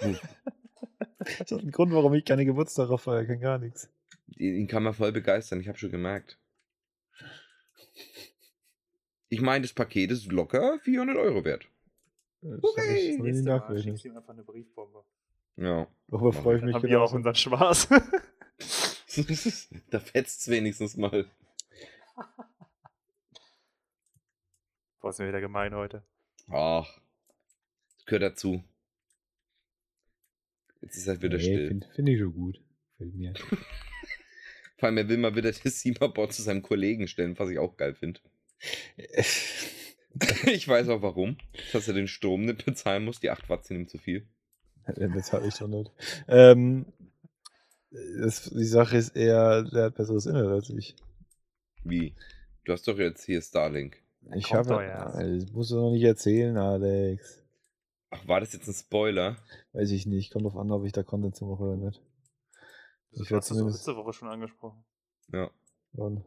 [SPEAKER 3] das ist ein Grund, warum ich keine Geburtstage feiere, kann gar nichts.
[SPEAKER 1] Ihn kann man voll begeistern, ich habe schon gemerkt. Ich meine, das Paket ist locker 400 Euro wert.
[SPEAKER 3] Äh,
[SPEAKER 1] Okay,
[SPEAKER 3] Das hab ich- hab ich
[SPEAKER 2] Nächstes
[SPEAKER 3] nie
[SPEAKER 2] Mal
[SPEAKER 3] nachgerechnet.
[SPEAKER 2] schickst du ihm einfach eine Briefbombe.
[SPEAKER 1] Ja.
[SPEAKER 3] Darüber freue ich
[SPEAKER 2] Dann
[SPEAKER 3] mich
[SPEAKER 2] haben wir auch
[SPEAKER 3] genauso.
[SPEAKER 2] unseren Spaß.
[SPEAKER 1] da fetzt es wenigstens mal.
[SPEAKER 2] Boah, sind wir wieder gemein heute.
[SPEAKER 1] Ach. Das gehört dazu. Jetzt ist halt wieder
[SPEAKER 3] Nee,
[SPEAKER 1] still.
[SPEAKER 3] Finde find ich schon gut. Fällt mir.
[SPEAKER 1] Vor allem, er will mal wieder das Sima-Bot zu seinem Kollegen stellen, was ich auch geil finde. ich weiß auch warum. Dass er den Strom nicht bezahlen muss. Die 8 Watt sind ihm zu viel.
[SPEAKER 3] das habe ich schon nicht. Ähm, das, die Sache ist eher, der hat besseres Internet als ich.
[SPEAKER 1] Wie? Du hast doch jetzt hier Starlink.
[SPEAKER 3] Ich
[SPEAKER 2] kommt
[SPEAKER 3] habe.
[SPEAKER 2] doch erst.
[SPEAKER 3] Ah, Das musst du noch nicht erzählen, Alex.
[SPEAKER 1] Ach, war das jetzt ein Spoiler?
[SPEAKER 3] Weiß ich nicht. Kommt drauf an, ob ich da Content zu mache oder nicht.
[SPEAKER 2] Das
[SPEAKER 3] Ich werd
[SPEAKER 2] hast du doch
[SPEAKER 3] zumindest-
[SPEAKER 2] letzte Woche schon angesprochen.
[SPEAKER 1] Ja,
[SPEAKER 3] Wann?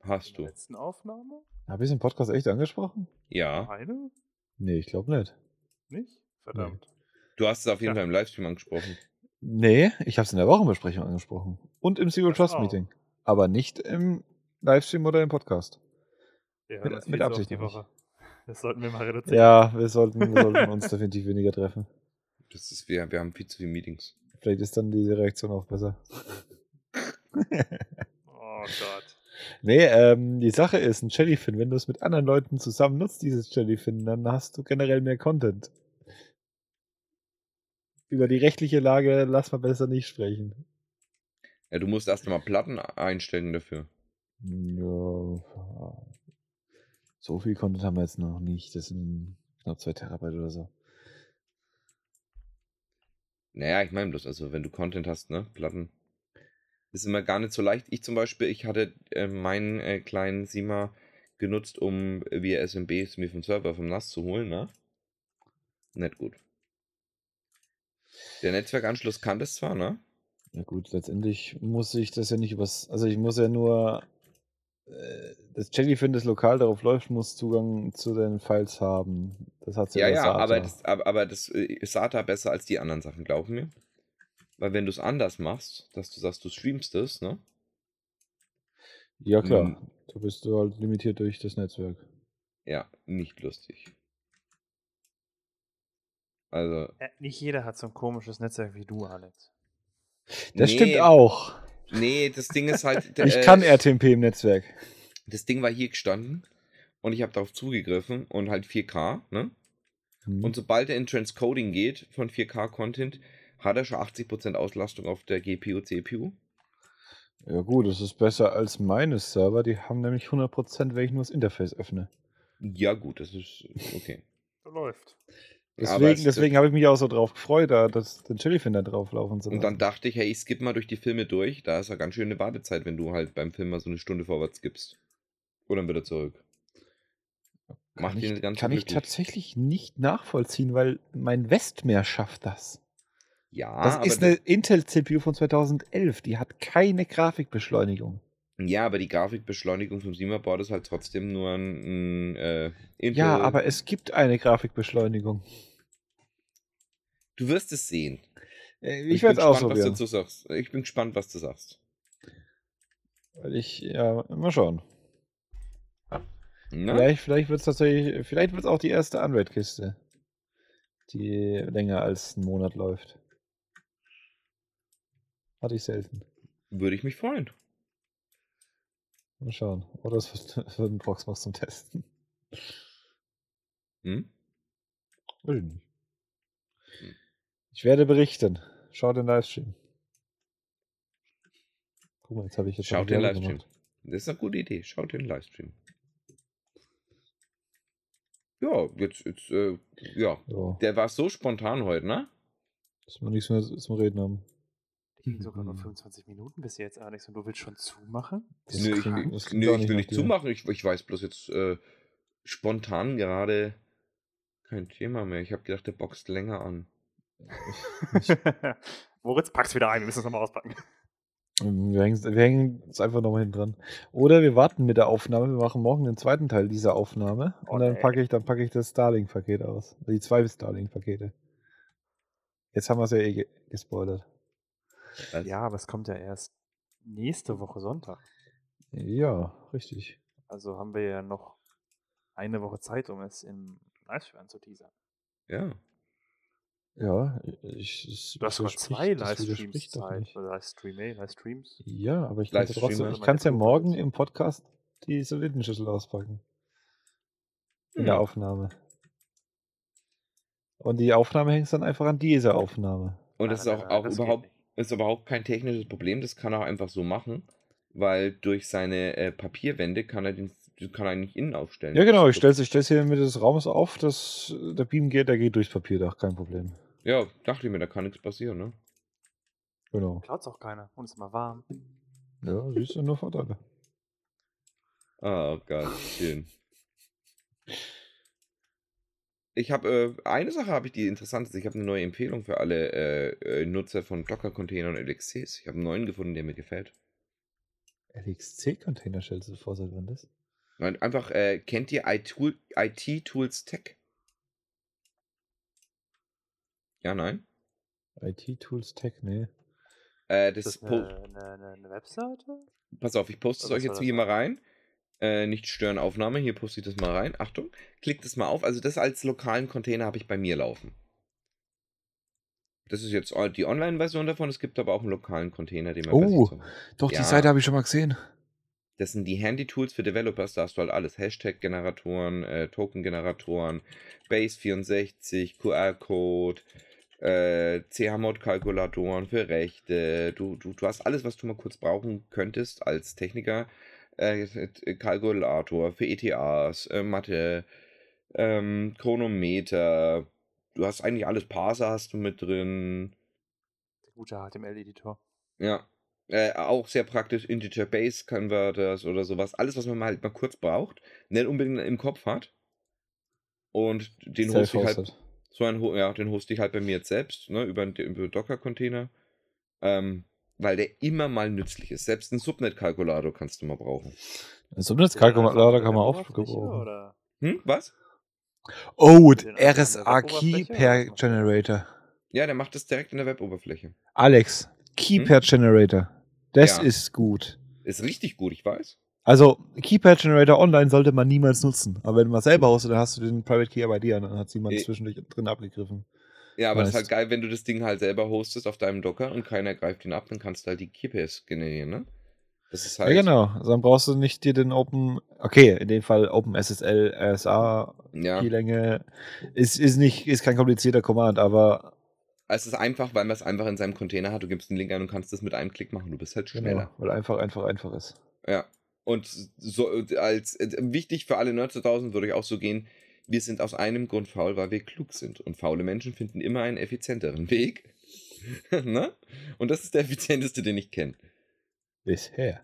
[SPEAKER 1] hast
[SPEAKER 2] In
[SPEAKER 1] du.
[SPEAKER 2] der letzten Aufnahme?
[SPEAKER 3] Habe ich den Podcast echt angesprochen?
[SPEAKER 2] Ah.
[SPEAKER 1] Ja,
[SPEAKER 2] Eine?
[SPEAKER 3] Nee, ich glaube nicht.
[SPEAKER 2] Nicht? Verdammt.
[SPEAKER 1] du hast es auf jeden
[SPEAKER 2] Ja.
[SPEAKER 1] Fall im Livestream angesprochen.
[SPEAKER 3] Nee, ich habe es in der Wochenbesprechung angesprochen. Und im Zero
[SPEAKER 2] Das
[SPEAKER 3] Trust
[SPEAKER 2] auch.
[SPEAKER 3] Meeting. Aber nicht im Livestream oder im Podcast.
[SPEAKER 2] Wir hören
[SPEAKER 3] Mit-
[SPEAKER 2] uns viel
[SPEAKER 3] mit
[SPEAKER 2] zu oft
[SPEAKER 3] Absicht
[SPEAKER 2] die
[SPEAKER 3] nämlich.
[SPEAKER 2] Woche. Das sollten wir mal reduzieren.
[SPEAKER 3] Ja, wir sollten, wir sollten uns definitiv weniger treffen.
[SPEAKER 1] Das ist, wir, wir haben viel zu viele Meetings.
[SPEAKER 3] Vielleicht ist dann diese Reaktion auch besser.
[SPEAKER 2] Oh Gott.
[SPEAKER 3] Nee, ähm, die Sache ist, ein Jellyfin, wenn du es mit anderen Leuten zusammen nutzt, dieses Jellyfin, dann hast du generell mehr Content. Über die rechtliche Lage lass mal besser nicht sprechen.
[SPEAKER 1] Ja, du musst erst einmal Platten einstellen dafür.
[SPEAKER 3] Ja. So viel Content haben wir jetzt noch nicht. Das sind knapp zwei Terabyte oder so.
[SPEAKER 1] Naja, ich meine bloß, also wenn du Content hast, ne? Platten. Ist immer gar nicht so leicht. Ich zum Beispiel, ich hatte äh, meinen äh, kleinen Sima genutzt, um via SMBs mir vom Server vom NAS zu holen, ne? Nicht gut. Der Netzwerkanschluss kann das zwar, ne?
[SPEAKER 3] Na gut, letztendlich muss ich das ja nicht übers. Also ich muss ja nur. äh, Das Jellyfin, das lokal darauf läuft, muss Zugang zu den Files haben. Das hat
[SPEAKER 1] Ja, ja,
[SPEAKER 3] über SATA.
[SPEAKER 1] aber das, aber, aber das äh, ist SATA besser als die anderen Sachen, glaub mir. Weil wenn du es anders machst, dass du sagst, du streamst es, ne?
[SPEAKER 3] Ja, klar.
[SPEAKER 1] Mhm.
[SPEAKER 3] Da bist du halt limitiert durch das Netzwerk.
[SPEAKER 1] Ja, nicht lustig. Also,
[SPEAKER 2] Äh, Nicht jeder hat so ein komisches Netzwerk wie du, Alex.
[SPEAKER 3] Das
[SPEAKER 1] nee,
[SPEAKER 3] stimmt auch.
[SPEAKER 1] Nee, das Ding ist halt.
[SPEAKER 3] Ich
[SPEAKER 1] äh,
[SPEAKER 3] kann RTMP im Netzwerk.
[SPEAKER 1] Das Ding war hier gestanden und ich habe darauf zugegriffen und halt 4K, ne?
[SPEAKER 3] Mhm.
[SPEAKER 1] Und sobald er in Transcoding geht von 4K-Content, hat er schon 80% Auslastung auf der GPU, CPU.
[SPEAKER 3] Hm. ja gut, das ist besser als meine Server. Die haben nämlich 100%, wenn ich nur das Interface öffne.
[SPEAKER 1] Ja, gut, das ist okay.
[SPEAKER 2] Läuft.
[SPEAKER 1] Ja, aber
[SPEAKER 3] Deswegen,
[SPEAKER 1] es-
[SPEAKER 3] deswegen habe ich mich auch so drauf gefreut, da dass den Jellyfin da drauflaufen zu
[SPEAKER 1] Und dann
[SPEAKER 3] lassen.
[SPEAKER 1] dachte ich, hey, ich skippe mal durch die Filme durch. Da ist ja ganz schön eine Wartezeit, wenn du halt beim Film mal so eine Stunde vorwärts gibst. Oder dann wieder zurück. Macht
[SPEAKER 3] kann
[SPEAKER 1] ihn
[SPEAKER 3] ich,
[SPEAKER 1] ganz
[SPEAKER 3] kann ich
[SPEAKER 1] glücklich.
[SPEAKER 3] tatsächlich nicht nachvollziehen, weil mein Westmeer schafft das.
[SPEAKER 1] Ja,
[SPEAKER 3] Das
[SPEAKER 1] Ah,
[SPEAKER 3] ne
[SPEAKER 1] aber
[SPEAKER 3] ist eine Intel-CPU von 2011. Die hat keine Grafikbeschleunigung.
[SPEAKER 1] Ja, aber die Grafikbeschleunigung vom Sima-Board ist halt trotzdem nur ein, ein äh, Intel-
[SPEAKER 3] Ja, aber es gibt eine Grafikbeschleunigung.
[SPEAKER 1] Du wirst es sehen.
[SPEAKER 3] Äh,
[SPEAKER 1] bin
[SPEAKER 3] Ich werde es
[SPEAKER 1] gespannt, was du
[SPEAKER 3] ausprobieren.
[SPEAKER 1] dazu sagst. Ich bin gespannt, was du sagst.
[SPEAKER 3] Weil ich, ja, mal schauen.
[SPEAKER 1] Na?
[SPEAKER 3] Vielleicht, vielleicht wird es tatsächlich, vielleicht wird es auch die erste Anwaltkiste, die länger als einen Monat läuft. Hatte ich selten.
[SPEAKER 1] Würde ich mich freuen.
[SPEAKER 3] Mal schauen. Oder es wird, wird ein Proxmox zum Testen.
[SPEAKER 1] Hm?
[SPEAKER 3] Weiß ich nicht. Ich werde berichten. Schaut den Livestream. Guck mal, jetzt habe ich jetzt
[SPEAKER 1] Schaut
[SPEAKER 3] schon
[SPEAKER 1] den
[SPEAKER 3] Werbung
[SPEAKER 1] Livestream.
[SPEAKER 3] gemacht.
[SPEAKER 1] Das ist eine gute Idee. Schaut den Livestream. Ja, jetzt, jetzt äh, ja.
[SPEAKER 3] So,
[SPEAKER 1] Der war so spontan heute, ne?
[SPEAKER 3] dass wir nichts mehr zum Reden haben.
[SPEAKER 2] Die ging sogar nur
[SPEAKER 3] Mhm.
[SPEAKER 2] 25 Minuten bis jetzt, Alex. Und du willst schon zumachen?
[SPEAKER 3] Das
[SPEAKER 1] Nö, ich,
[SPEAKER 3] klingt- das
[SPEAKER 1] ich,
[SPEAKER 3] klingt
[SPEAKER 1] nö,
[SPEAKER 3] auch
[SPEAKER 1] ich will
[SPEAKER 3] nach
[SPEAKER 1] nicht
[SPEAKER 3] dir.
[SPEAKER 1] zumachen. Ich, ich weiß bloß jetzt äh, spontan gerade kein Thema mehr. Ich habe gedacht, der boxt länger an.
[SPEAKER 2] Moritz, pack's wieder ein. Wir müssen es nochmal auspacken.
[SPEAKER 3] Ähm, Wir hängen, wir hängen uns einfach nochmal hinten dran. Oder wir warten mit der Aufnahme, wir machen morgen den zweiten Teil dieser Aufnahme
[SPEAKER 2] Oh,
[SPEAKER 3] und dann
[SPEAKER 2] nee.
[SPEAKER 3] packe ich, dann packe ich das Starlink-Paket aus. Die zwei Starlink-Pakete. Jetzt haben wir es ja eh ge- gespoilert.
[SPEAKER 2] Ja, aber es kommt ja erst nächste Woche Sonntag.
[SPEAKER 3] Ja, richtig.
[SPEAKER 2] Also haben wir ja noch eine Woche Zeit, um es im Livestream anzuteasern.
[SPEAKER 1] Ja.
[SPEAKER 3] Ja, ich, ich,
[SPEAKER 2] Du hast sogar
[SPEAKER 3] widerspricht-
[SPEAKER 2] zwei
[SPEAKER 3] das
[SPEAKER 2] Livestreams
[SPEAKER 3] widerspricht doch
[SPEAKER 2] Zeit.
[SPEAKER 3] nicht.
[SPEAKER 2] Oder Livestreame, Livestreams.
[SPEAKER 3] Ja, aber ich kann es ja
[SPEAKER 1] Livestream,
[SPEAKER 3] trotzdem,
[SPEAKER 1] also
[SPEAKER 3] ich
[SPEAKER 2] meine
[SPEAKER 3] kann's ja
[SPEAKER 2] Flug-
[SPEAKER 3] morgen im Podcast die Solitenschüssel auspacken. In der
[SPEAKER 1] Hm.
[SPEAKER 3] Aufnahme. Und die Aufnahme hängst dann einfach an dieser Aufnahme.
[SPEAKER 1] Und
[SPEAKER 2] Nein,
[SPEAKER 1] das ist
[SPEAKER 2] nein,
[SPEAKER 1] auch,
[SPEAKER 2] nein,
[SPEAKER 1] auch
[SPEAKER 2] das geht
[SPEAKER 1] überhaupt
[SPEAKER 2] nicht.
[SPEAKER 1] ist überhaupt kein technisches Problem. Das kann er einfach so machen, weil durch seine äh, Papierwände kann er den kann er ihn nicht innen aufstellen.
[SPEAKER 3] Ja, genau, ich
[SPEAKER 1] stelle.
[SPEAKER 3] stell's, ich stell's hier mit des Raumes auf, dass äh, der Beam geht, der geht durchs Papierdach, kein Problem.
[SPEAKER 1] Ja, dachte ich mir, da kann nichts passieren, ne?
[SPEAKER 3] Genau.
[SPEAKER 2] Klaut's auch keiner. Und es ist immer warm.
[SPEAKER 3] Ja, siehst du nur Vorteile.
[SPEAKER 1] Oh Gott, schön. Ich habe äh, eine Sache habe ich die interessant ist. Ich habe eine neue Empfehlung für alle äh, äh, Nutzer von Docker-Containern und LXCs. Ich habe einen neuen gefunden, der mir gefällt.
[SPEAKER 3] LXC-Container stellst du vor, seit wann das?
[SPEAKER 1] Nein, einfach äh, kennt ihr iTool- IT-Tools Tech? Ja, nein.
[SPEAKER 3] IT-Tools Tech, nee.
[SPEAKER 1] Äh, das,
[SPEAKER 2] Ist das
[SPEAKER 1] po-
[SPEAKER 2] eine, eine, eine, eine Webseite?
[SPEAKER 1] Pass auf, ich poste es
[SPEAKER 2] Was
[SPEAKER 1] euch
[SPEAKER 2] soll
[SPEAKER 1] jetzt
[SPEAKER 2] das
[SPEAKER 1] hier mal rein. Äh, nicht stören Aufnahme, hier poste ich das mal rein. Achtung, klickt das mal auf. Also das als lokalen Container habe ich bei mir laufen. Das ist jetzt all- die Online-Version davon. Es gibt aber auch einen lokalen Container, den man bei
[SPEAKER 3] Oh.
[SPEAKER 1] sich zu-
[SPEAKER 3] Doch,
[SPEAKER 1] Ja.
[SPEAKER 3] die Seite habe ich schon mal gesehen.
[SPEAKER 1] Das sind die Handy-Tools für Developers. Da hast du halt alles. Hashtag-Generatoren, äh, Token-Generatoren, Base64, QR-Code, äh, CH-Mod-Kalkulatoren für Rechte. Du, du, du hast alles, was du mal kurz brauchen könntest als Techniker. Äh, Kalkulator für ETAs, äh, Mathe, ähm, Chronometer. Du hast eigentlich alles. Parser hast du mit drin.
[SPEAKER 2] Der gute HTML-Editor.
[SPEAKER 1] Ja. Äh, auch sehr praktisch Integer Base Converters oder sowas. Alles, was man mal halt mal kurz braucht, nicht unbedingt im Kopf hat. Und den hoste ich halt,
[SPEAKER 3] Self-hosted.
[SPEAKER 1] so einen, Ho- ja, den hoste ich halt bei mir jetzt selbst, ne, über, einen- über einen Docker-Container. Ähm, weil der immer mal nützlich ist. Selbst einen Subnet-Kalkulator kannst du mal brauchen.
[SPEAKER 3] Ein Subnetzkalkulator kann man auch gebrauchen.
[SPEAKER 2] Oder?
[SPEAKER 1] Hm, was?
[SPEAKER 3] Oh,
[SPEAKER 2] Den anderen
[SPEAKER 3] RSA Key
[SPEAKER 2] Web-Oberfläche oder was
[SPEAKER 3] per
[SPEAKER 2] macht der?
[SPEAKER 3] Generator.
[SPEAKER 1] Ja, der macht das direkt in der Web-Oberfläche.
[SPEAKER 3] Alex, Key
[SPEAKER 1] Hm?
[SPEAKER 3] per Generator. Das
[SPEAKER 1] Ja.
[SPEAKER 3] ist gut.
[SPEAKER 1] Ist richtig gut, ich weiß.
[SPEAKER 3] Also, Keypad Generator online sollte man niemals nutzen. Aber wenn man selber hostet, dann hast du den Private Key ja bei dir und dann hat jemand
[SPEAKER 1] Nee.
[SPEAKER 3] zwischendurch drin abgegriffen.
[SPEAKER 1] Ja, aber das ist halt
[SPEAKER 3] Weißt.
[SPEAKER 1] geil, wenn du das Ding halt selber hostest auf deinem Docker und keiner greift ihn ab, dann kannst du halt die Keypairs generieren, ne? Das ist halt.
[SPEAKER 3] Ja, genau. Also dann brauchst du nicht dir den Open, okay, in dem Fall Open SSL, RSA,
[SPEAKER 1] Ja.
[SPEAKER 3] Keylänge. Ist, ist nicht, ist kein komplizierter Command, aber
[SPEAKER 1] Es ist einfach, weil man es einfach in seinem Container hat. Du gibst einen Link ein und kannst das mit einem Klick machen. Du bist halt
[SPEAKER 3] genau,
[SPEAKER 1] schneller.
[SPEAKER 3] weil einfach, einfach, einfach ist.
[SPEAKER 1] Ja. Und so als äh, wichtig für alle Nerds da draußen würde ich auch so gehen. Wir sind aus einem Grund faul, weil wir klug sind. Und faule Menschen finden immer einen effizienteren Weg. ne? Und das ist der effizienteste, den ich kenne.
[SPEAKER 3] Bisher.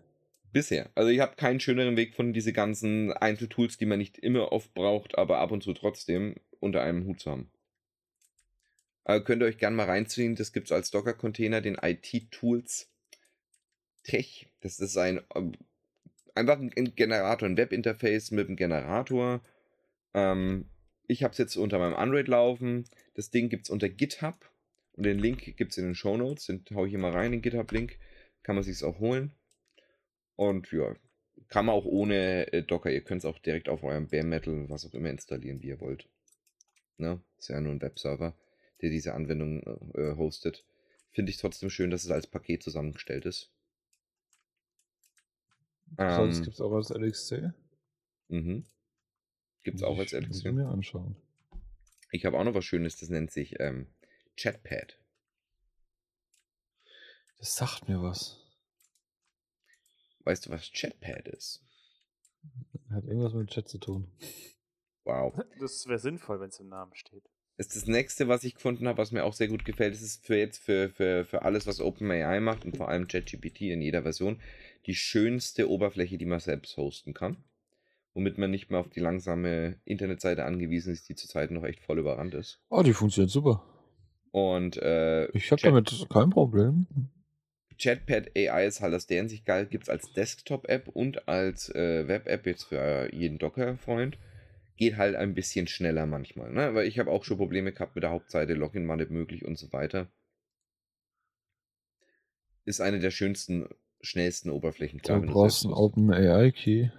[SPEAKER 1] Bisher. Also ich habe keinen schöneren Weg von diese ganzen Einzeltools, die man nicht immer oft braucht, aber ab und zu trotzdem unter einem Hut zu haben. Also könnt ihr euch gerne mal reinziehen. Das gibt es als Docker-Container, den IT-Tools Tech. Das ist ein ähm, einfach ein Generator, ein Webinterface mit einem Generator. Ähm, ich habe es jetzt unter meinem Android laufen. Das Ding gibt es unter GitHub. Und den Link gibt es in den Show Notes. Den haue ich immer rein, den GitHub-Link. Kann man sich auch holen. Und ja, kann man auch ohne äh, Docker. Ihr könnt es auch direkt auf eurem Bare Metal, was auch immer, installieren, wie ihr wollt. Ne? Ist ja nur ein Webserver, der diese Anwendung äh, hostet. Finde ich trotzdem schön, dass es als Paket zusammengestellt ist. Ähm,
[SPEAKER 3] Sonst gibt es auch als LXC.
[SPEAKER 1] Mhm. Gibt es auch als
[SPEAKER 3] LXC.
[SPEAKER 1] LXC.
[SPEAKER 3] mir anschauen.
[SPEAKER 1] Ich habe auch noch was Schönes, das nennt sich ähm, Chatpad.
[SPEAKER 3] Das sagt mir was.
[SPEAKER 1] Weißt du, was Chatpad ist?
[SPEAKER 3] Hat irgendwas mit Chat zu tun.
[SPEAKER 1] Wow.
[SPEAKER 2] Das wäre sinnvoll, wenn es im Namen steht.
[SPEAKER 1] ist das nächste, was ich gefunden habe, was mir auch sehr gut gefällt. Es ist für jetzt für, für, für alles, was OpenAI macht und vor allem ChatGPT in jeder Version, die schönste Oberfläche, die man selbst hosten kann. Womit man nicht mehr auf die langsame Internetseite angewiesen ist, die zurzeit noch echt voll überrannt ist.
[SPEAKER 3] Oh, die funktioniert super.
[SPEAKER 1] Und äh,
[SPEAKER 3] Ich habe
[SPEAKER 1] Chat-
[SPEAKER 3] damit kein Problem.
[SPEAKER 1] Chatpad AI ist halt aus der Hinsicht geil, gibt es als Desktop-App und als äh, Web-App jetzt für jeden Docker-Freund. Geht halt ein bisschen schneller manchmal, ne? Weil ich habe auch schon Probleme gehabt mit der Hauptseite, Login war nicht möglich und so weiter. Ist eine der schönsten, schnellsten Oberflächen. klar,
[SPEAKER 3] Du
[SPEAKER 1] wenn du
[SPEAKER 3] brauchst einen
[SPEAKER 1] selbst nutzt.
[SPEAKER 3] Open AI Key.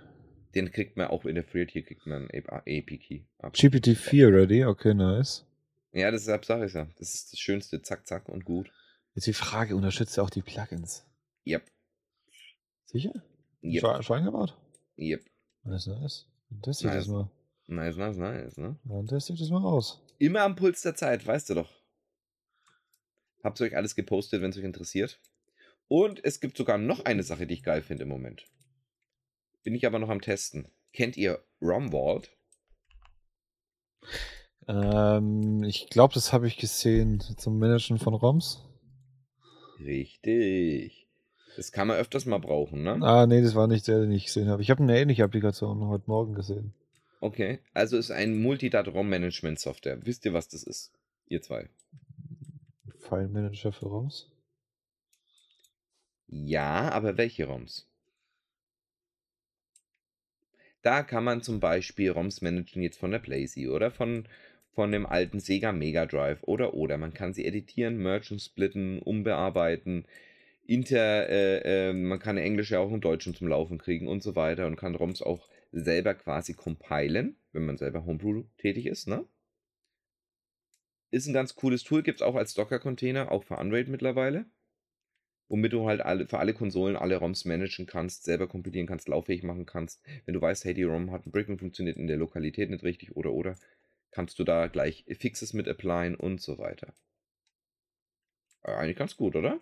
[SPEAKER 1] Den kriegt man auch in der Freeltier, kriegt man einen AP-Key.
[SPEAKER 3] GPT-4 ready, okay, nice.
[SPEAKER 1] Ja, das ist, sag ich ja. Das ist das Schönste, zack, zack und gut.
[SPEAKER 3] Jetzt die Frage, unterstützt er auch die Plugins?
[SPEAKER 1] Yep,
[SPEAKER 3] Sicher?
[SPEAKER 1] yep,
[SPEAKER 3] Schon, schon eingebaut?
[SPEAKER 1] yep.
[SPEAKER 3] Das ist nice. Dann teste ich
[SPEAKER 1] Nice.
[SPEAKER 3] das mal.
[SPEAKER 1] Nice, nice, nice, ne?
[SPEAKER 3] Dann teste ich das mal aus.
[SPEAKER 1] Immer am Puls der Zeit, weißt du doch. Hab's euch alles gepostet, wenn es euch interessiert. Und es gibt sogar noch eine Sache, die ich geil finde im Moment. Bin ich aber noch am Testen. Kennt ihr Romwald?
[SPEAKER 3] Ähm, ich glaube, das habe ich gesehen zum Managen von ROMs.
[SPEAKER 1] Richtig. Das kann man öfters mal brauchen, ne?
[SPEAKER 3] Ah, nee, das war nicht der, den ich gesehen habe. Ich habe eine ähnliche Applikation heute Morgen gesehen.
[SPEAKER 1] Okay. Also ist ein Multidat-ROM-Management-Software. Wisst ihr, was das ist? Ihr zwei.
[SPEAKER 3] File Manager für ROMs.
[SPEAKER 1] Ja, aber welche ROMs? Da kann man zum Beispiel ROMs managen jetzt von der Blazy oder von, von dem alten Sega Mega Drive oder oder. Man kann sie editieren, mergen, splitten, umbearbeiten, inter, äh, äh, man kann Englische auch im Deutschen zum Laufen kriegen und so weiter und kann ROMs auch selber quasi compilen, wenn man selber Homebrew tätig ist, ne? Ist ein ganz cooles Tool, gibt es auch als Docker-Container, auch für Android mittlerweile womit du halt alle, für alle Konsolen alle ROMs managen kannst, selber kompilieren kannst, lauffähig machen kannst. Wenn du weißt, hey, die ROM hat einen Brick und funktioniert in der Lokalität nicht richtig oder oder, kannst du da gleich Fixes mit applyen und so weiter. Äh, Eigentlich ganz gut, oder?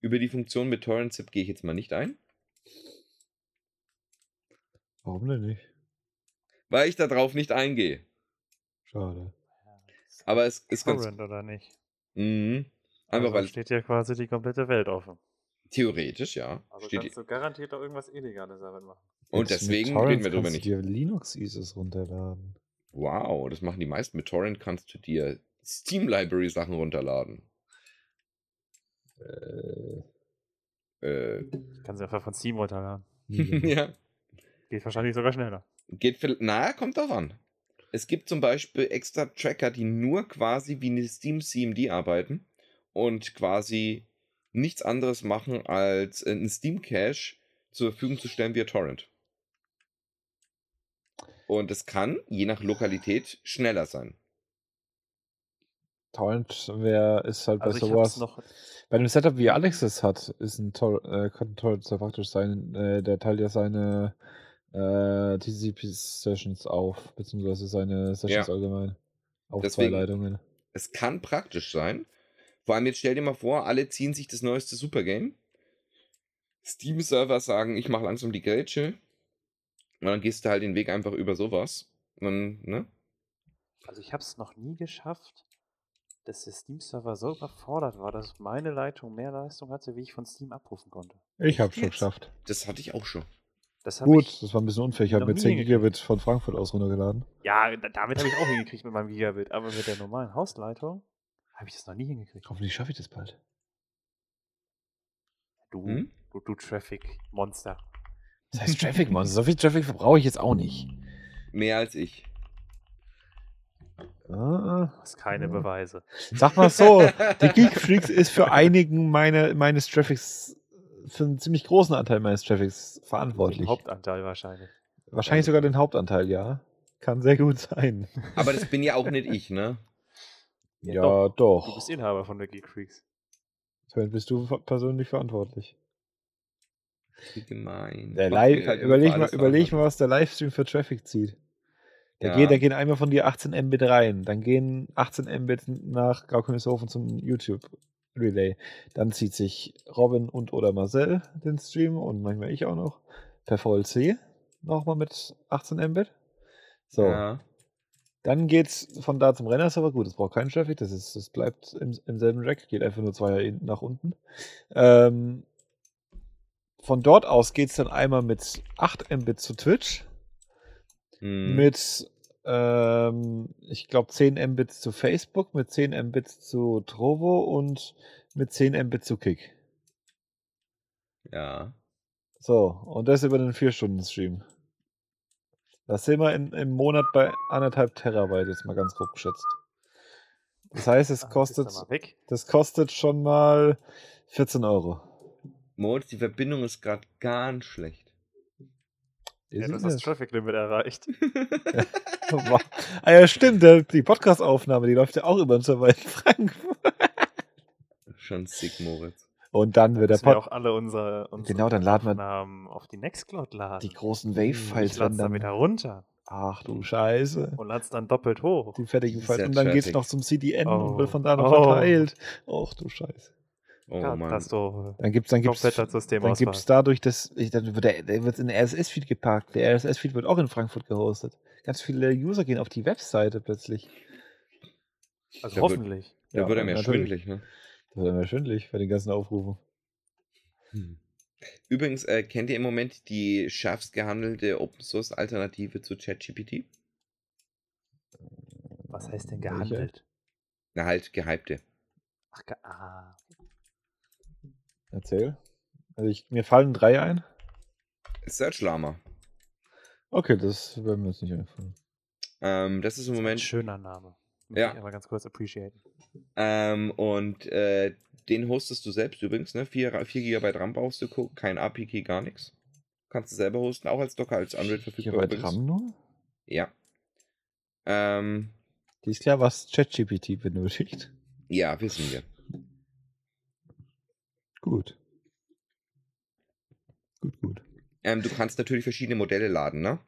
[SPEAKER 1] Über die Funktion mit TorrentZip gehe ich jetzt mal nicht ein,
[SPEAKER 3] Warum denn nicht?
[SPEAKER 1] weil ich darauf nicht eingehe.
[SPEAKER 3] Schade.
[SPEAKER 1] Aber es ist ganz.
[SPEAKER 2] Torrent oder nicht?
[SPEAKER 1] Mhm. Einfach
[SPEAKER 2] Also
[SPEAKER 1] weil
[SPEAKER 2] steht ja quasi die komplette Welt offen.
[SPEAKER 1] theoretisch, ja.
[SPEAKER 2] Also
[SPEAKER 1] steht,
[SPEAKER 2] kannst du garantiert auch irgendwas Illegales damit machen.
[SPEAKER 1] und
[SPEAKER 3] Jetzt mit
[SPEAKER 1] deswegen
[SPEAKER 3] Torrent
[SPEAKER 1] reden wir drüber
[SPEAKER 3] kannst
[SPEAKER 1] nicht.
[SPEAKER 3] Du dir Linux ISOs runterladen.
[SPEAKER 1] Wow, das machen die meisten. Mit Torrent kannst du dir Steam Library Sachen runterladen.
[SPEAKER 3] Äh,
[SPEAKER 1] Äh,
[SPEAKER 2] Kannst du einfach von Steam runterladen.
[SPEAKER 3] nie
[SPEAKER 1] ja.
[SPEAKER 2] Geht wahrscheinlich sogar schneller.
[SPEAKER 1] Geht viel, na, kommt drauf an. Es gibt zum Beispiel extra Tracker, die nur quasi wie eine Steam CMD arbeiten und quasi nichts anderes machen, als äh, einen Steam Cache zur Verfügung zu stellen via Torrent. Und es kann, je nach Lokalität, schneller sein.
[SPEAKER 3] Torrent wär, ist halt
[SPEAKER 2] Also
[SPEAKER 3] bei
[SPEAKER 2] ich hab's
[SPEAKER 3] sowas.
[SPEAKER 2] noch.
[SPEAKER 3] Bei einem Setup, wie Alex es hat, ist ein Tor äh, kann Torrent sehr praktisch sein. Äh, der teilt ja seine äh, TCP-Sessions auf, beziehungsweise seine Sessions
[SPEAKER 1] Ja.
[SPEAKER 3] allgemein. Auf
[SPEAKER 1] Deswegen-
[SPEAKER 3] zwei Leitungen.
[SPEAKER 1] Es kann praktisch sein. Vor allem jetzt stell dir mal vor, alle ziehen sich das neueste Supergame. Steam-Server sagen, ich mache langsam die Grätsche. Und dann gehst du halt den Weg einfach über sowas. Und dann, ne?
[SPEAKER 2] Also ich hab's noch nie geschafft, dass der Steam-Server so überfordert war, dass meine Leitung mehr Leistung hatte, wie ich von Steam abrufen konnte.
[SPEAKER 3] Ich habe
[SPEAKER 1] Echt
[SPEAKER 3] schon
[SPEAKER 1] jetzt?
[SPEAKER 3] geschafft.
[SPEAKER 1] Das hatte ich auch schon.
[SPEAKER 2] Das hab
[SPEAKER 3] Gut,
[SPEAKER 2] Ich,
[SPEAKER 3] das war ein bisschen unfair. Ich habe
[SPEAKER 2] noch
[SPEAKER 3] mir
[SPEAKER 2] nie
[SPEAKER 3] 10
[SPEAKER 2] hingekriegt.
[SPEAKER 3] Gigabit von Frankfurt aus runtergeladen.
[SPEAKER 2] ja, da- damit habe ich auch hingekriegt mit meinem Gigabit, aber mit der normalen Hausleitung habe ich das noch nie hingekriegt.
[SPEAKER 3] Hoffentlich schaffe ich das bald.
[SPEAKER 2] Du,
[SPEAKER 1] Hm?
[SPEAKER 3] Uh. Hm?
[SPEAKER 2] du, du Traffic-Monster.
[SPEAKER 3] Das heißt Traffic Monster. So viel Traffic verbrauche ich jetzt auch nicht.
[SPEAKER 1] Mehr als ich.
[SPEAKER 2] Ah, hast
[SPEAKER 3] Hm.
[SPEAKER 2] keine Beweise.
[SPEAKER 3] Sag mal so, der Geek Freaks ist für einigen meine, meines Traffics, für einen ziemlich großen Anteil meines Traffics verantwortlich. Den
[SPEAKER 2] Hauptanteil wahrscheinlich.
[SPEAKER 3] Wahrscheinlich sogar den Hauptanteil, ja. Kann sehr gut sein.
[SPEAKER 1] Aber das bin ja auch nicht ich, ne?
[SPEAKER 3] Ja, ja doch. doch.
[SPEAKER 2] Du bist Inhaber von der Geek Freaks.
[SPEAKER 3] Sven, bist du persönlich verantwortlich?
[SPEAKER 1] Wie gemein.
[SPEAKER 3] Der Live, halt überleg, mal, überleg mal, was der Livestream für Traffic zieht. Da, ja. gehen, da gehen einmal von dir 18 Mbit rein, dann gehen 18 Mbit nach Gaukönigshofen zum YouTube-Relay. Dann zieht sich Robin und oder Marcel den Stream und manchmal ich auch noch per VLC nochmal mit 18 Mbit. So. Ja. Dann geht's von da zum Renner-Server. Gut, das braucht keinen Traffic, das, ist, das bleibt im, im selben Rack, geht einfach nur zwei nach unten. Ähm, von dort aus geht's dann einmal mit 8 Mbit zu Twitch.
[SPEAKER 1] Mhm.
[SPEAKER 3] Hm. Mit, ähm, ich glaube, 10 Mbit zu Facebook, mit 10 Mbit zu Trovo und mit 10 Mbit zu Kick.
[SPEAKER 1] Ja.
[SPEAKER 3] So, und das über den 4-Stunden-Stream. Das sind wir in, im Monat bei anderthalb Terabyte, jetzt mal ganz grob geschätzt. Das heißt,
[SPEAKER 2] Ah,
[SPEAKER 3] es kostet, das kostet schon mal 14 Euro.
[SPEAKER 1] Moritz, die Verbindung ist gerade ganz schlecht.
[SPEAKER 2] Ja, du hast das Traffic Limit erreicht.
[SPEAKER 3] ja. ah ja, stimmt, der, die Podcast-Aufnahme, die läuft ja auch über den Server in Frankfurt.
[SPEAKER 1] Schon sick, Moritz.
[SPEAKER 3] Und dann wird der
[SPEAKER 2] Podcast. auch alle unsere, unsere Hm,
[SPEAKER 3] genau, dann laden
[SPEAKER 2] Aufnahmen auf die Nextcloud laden.
[SPEAKER 3] Die großen Wave-Files
[SPEAKER 2] dann, dann wieder runter.
[SPEAKER 3] Ach du Scheiße.
[SPEAKER 2] Und lad's dann doppelt hoch.
[SPEAKER 3] Die fertigen Files. Und dann geht's noch zum CDN oh. und wird von da noch oh. verteilt. Ach du Scheiße.
[SPEAKER 2] Oh ja, Mann. Katastrophe.
[SPEAKER 3] Dann gibt es dann gibt's, dann gibt's dadurch, dass ich, dann wird der, der wird in den RSS-Feed geparkt. Der RSS-Feed wird auch in Frankfurt gehostet. Ganz viele User gehen auf die Webseite plötzlich.
[SPEAKER 2] Also da hoffentlich.
[SPEAKER 1] Wird, da ja, wird er mir schwindelig, ne?
[SPEAKER 3] Da wird er mir schwindelig bei den ganzen Aufrufen.
[SPEAKER 1] Hm. Übrigens, äh, kennt ihr im Moment die schärfst gehandelte Open Source Alternative zu ChatGPT?
[SPEAKER 2] Was heißt denn gehandelt?
[SPEAKER 1] Na halt, gehypte.
[SPEAKER 2] Ach, ge ah,
[SPEAKER 3] Erzähl. Also ich, mir fallen drei ein.
[SPEAKER 1] Search Lama.
[SPEAKER 3] Okay, das werden wir uns nicht einfallen.
[SPEAKER 1] Ähm, das ist im das ist Moment. Ein
[SPEAKER 2] schöner Name.
[SPEAKER 1] Muss ja. Ich
[SPEAKER 2] aber ganz kurz appreciaten.
[SPEAKER 1] Ähm, und äh, den hostest du selbst übrigens, ne? 4, 4 GB RAM brauchst du, kein API-Key, gar nichts. Kannst du selber hosten, auch als Docker, als Android verfügbar.
[SPEAKER 3] GB RAM nur?
[SPEAKER 1] Ja. Ähm,
[SPEAKER 3] Die ist klar, was ChatGPT benötigt.
[SPEAKER 1] Ja, wissen wir.
[SPEAKER 3] Gut. Gut, gut.
[SPEAKER 1] Ähm, du kannst natürlich verschiedene Modelle laden, ne?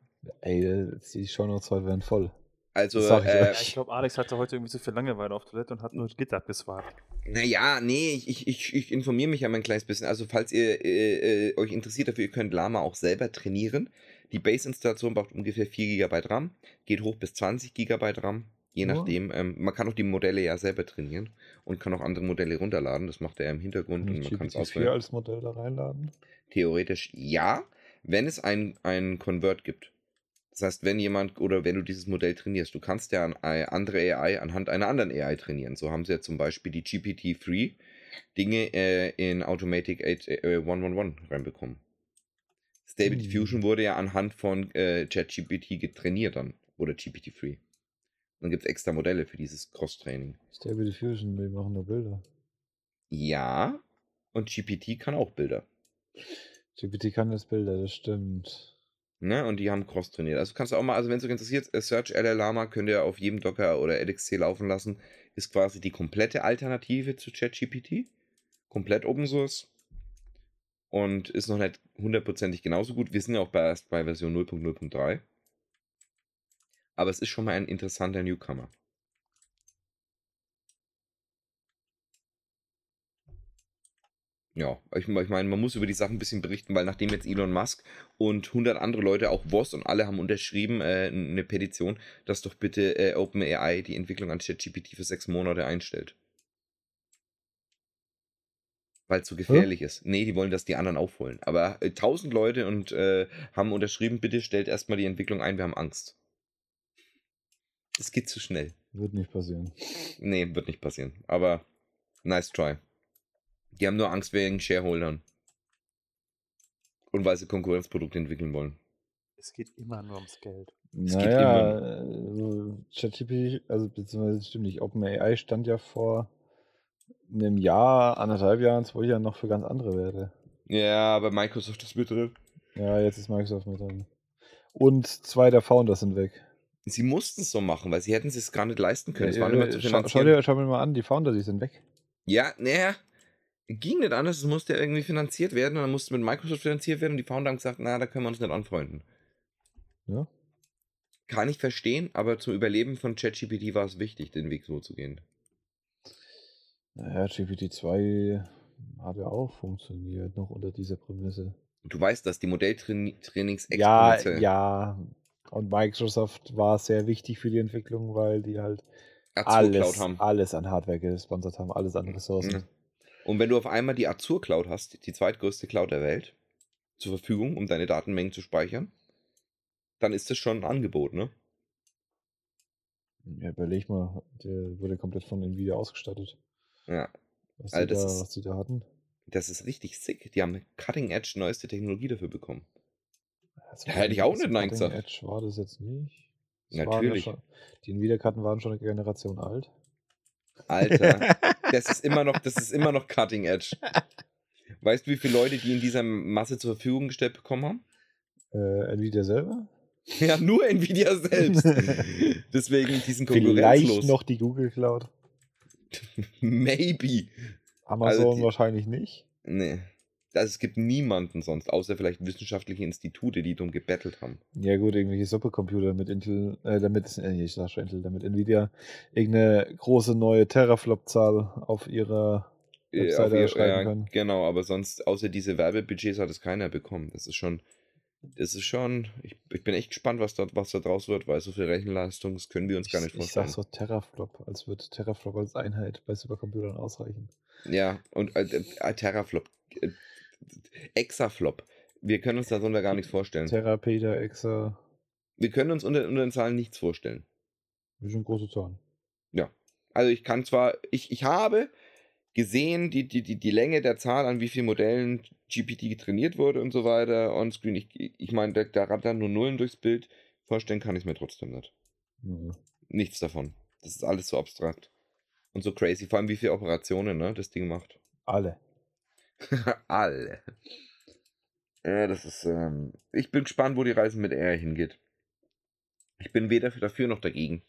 [SPEAKER 3] Ey, die Shownotes heute werden voll.
[SPEAKER 1] Also,
[SPEAKER 2] äh, ich, ich glaube, Alex hatte heute irgendwie zu viel Langeweile auf Toilette und hat nur GitHub geswappt.
[SPEAKER 1] Naja, nee, ich, ich, ich informiere mich ja mal ein kleines bisschen. Also, falls ihr äh, euch interessiert dafür, ihr könnt Lama auch selber trainieren. Die Base-Installation braucht ungefähr 4 GB RAM, geht hoch bis 20 GB RAM, je ja. nachdem. Ähm, man kann auch die Modelle ja selber trainieren und kann auch andere Modelle runterladen. Das macht er im Hintergrund
[SPEAKER 3] und, und man kann es auswählen. als Modell da reinladen?
[SPEAKER 1] Theoretisch ja, wenn es einen, einen Convert gibt. Das heißt, wenn jemand oder wenn du dieses Modell trainierst, du kannst ja eine andere AI anhand einer anderen AI trainieren. So haben sie ja zum Beispiel die GPT-3 Dinge äh, in Automatic 8, äh, 111 reinbekommen. Stable mhm. Diffusion wurde ja anhand von äh, ChatGPT getrainiert dann oder GPT-3. Dann gibt es extra Modelle für dieses Cross-Training.
[SPEAKER 3] Stable Diffusion, die machen nur Bilder.
[SPEAKER 1] Ja, und GPT kann auch Bilder.
[SPEAKER 3] GPT kann das Bilder, das stimmt.
[SPEAKER 1] Ne, und die haben Cross-trainiert. Also kannst du auch mal, also wenn es euch interessiert, Search LL Lama könnt ihr auf jedem Docker oder LXC laufen lassen. Ist quasi die komplette Alternative zu ChatGPT. Komplett Open Source. Und ist noch nicht hundertprozentig genauso gut. Wir sind ja auch bei, erst bei Version 0.0.3 aber es ist schon mal ein interessanter Newcomer. Ja, ich, ich, meine, man muss über die Sachen ein bisschen berichten, weil nachdem jetzt Elon Musk und 100 andere Leute, auch Voss und alle, haben unterschrieben äh, eine Petition, dass doch bitte äh, OpenAI die Entwicklung an ChatGPT für sechs Monate einstellt. Weil es zu so gefährlich hm? ist. Nee, die wollen, dass die anderen aufholen. Aber äh, 1000 Leute und äh, haben unterschrieben, bitte stellt erstmal die Entwicklung ein, wir haben Angst. Es geht zu schnell.
[SPEAKER 3] Wird nicht passieren.
[SPEAKER 1] Nee, wird nicht passieren. Aber nice try. Die haben nur Angst wegen Shareholdern. Und weil sie Konkurrenzprodukte entwickeln wollen.
[SPEAKER 2] Es geht immer nur ums Geld.
[SPEAKER 3] Es naja, ChatGPT, also beziehungsweise stimmt nicht, OpenAI stand ja vor einem Jahr, anderthalb Jahren, zwei Jahren noch für ganz andere Werte.
[SPEAKER 1] Ja, aber Microsoft ist mit drin.
[SPEAKER 3] Ja, jetzt ist Microsoft mit drin. Und zwei der Founders sind weg.
[SPEAKER 1] Sie mussten es so machen, weil sie hätten es sich gar nicht leisten können. Ja,
[SPEAKER 3] ja, äh, schau, schau, dir, schau mir mal an, die Founder, die sind weg.
[SPEAKER 1] Ja, naja, ging nicht anders. Es musste irgendwie finanziert werden und dann musste mit Microsoft finanziert werden und die Founder haben gesagt, na, da können wir uns nicht anfreunden.
[SPEAKER 3] Ja.
[SPEAKER 1] Kann ich verstehen, aber zum Überleben von ChatGPT war es wichtig, den Weg so zu gehen.
[SPEAKER 3] Naja, GPT-2 hat ja auch funktioniert, noch unter dieser Prämisse.
[SPEAKER 1] Du weißt das, die Modelltrainings
[SPEAKER 3] Ja, ja. Und Microsoft war sehr wichtig für die Entwicklung, weil die halt alles, alles an Hardware gesponsert haben, alles an Ressourcen. Mhm.
[SPEAKER 1] Und wenn du auf einmal die Azure Cloud hast, die zweitgrößte Cloud der Welt, zur Verfügung, um deine Datenmengen zu speichern, dann ist das schon ein Angebot, ne? Mhm.
[SPEAKER 3] Ja, überleg mal, der wurde komplett von Nvidia ausgestattet.
[SPEAKER 1] Ja.
[SPEAKER 3] Was, also die das da, ist, was die da hatten.
[SPEAKER 1] Das ist richtig sick. Die haben Cutting Edge neueste Technologie dafür bekommen. Da hätte ich auch nicht Nein gesagt.
[SPEAKER 3] Edge war das jetzt nicht.
[SPEAKER 1] Das Natürlich.
[SPEAKER 3] Ja schon, die Nvidia-Karten waren schon eine Generation alt.
[SPEAKER 1] Alter, das ist immer noch, das ist immer noch Cutting Edge. Weißt du, wie viele Leute die in dieser Masse zur Verfügung gestellt bekommen haben?
[SPEAKER 3] Äh, Nvidia selber?
[SPEAKER 1] Ja, nur Nvidia selbst. Deswegen diesen
[SPEAKER 3] Konkurrenzlos. Vielleicht noch die Google Cloud.
[SPEAKER 1] Maybe.
[SPEAKER 3] Amazon also die, wahrscheinlich nicht.
[SPEAKER 1] Nee. Also es gibt niemanden sonst, außer vielleicht wissenschaftliche Institute, die drum gebettelt haben.
[SPEAKER 3] Ja gut, irgendwelche Supercomputer damit Intel, äh, damit, äh, ich sag schon Intel, damit Nvidia irgendeine große neue Teraflop-Zahl auf ihrer
[SPEAKER 1] Webseite Äh, auf ihr, schreiben ja, kann. Genau, aber sonst, außer diese Werbebudgets hat es keiner bekommen. Das ist schon, das ist schon, ich, ich bin echt gespannt, was da, was da draus wird, weil so viel Rechenleistung, das können wir uns gar nicht vorstellen.
[SPEAKER 3] Ich sag so Teraflop, als würde Teraflop als Einheit bei Supercomputern ausreichen.
[SPEAKER 1] Ja, und äh, äh, Teraflop, Exaflop. Wir können uns darunter gar nichts vorstellen.
[SPEAKER 3] Therapeter, Exa.
[SPEAKER 1] Wir können uns unter, unter den Zahlen nichts vorstellen.
[SPEAKER 3] Das sind große Zahlen.
[SPEAKER 1] Ja. Also ich kann zwar, ich, ich habe gesehen, die, die, die, die Länge der Zahl, an wie vielen Modellen GPT trainiert wurde und so weiter, on-screen. Ich, ich meine, da, da rattern nur Nullen durchs Bild. Vorstellen kann ich mir trotzdem nicht.
[SPEAKER 3] Mhm.
[SPEAKER 1] Nichts davon. Das ist alles so abstrakt. Und so crazy. Vor allem, wie viele Operationen ne, das Ding macht.
[SPEAKER 3] Alle.
[SPEAKER 1] Alle. Ja, das ist. Ähm, ich bin gespannt, wo die Reise mit R hingeht. Ich bin weder dafür noch dagegen.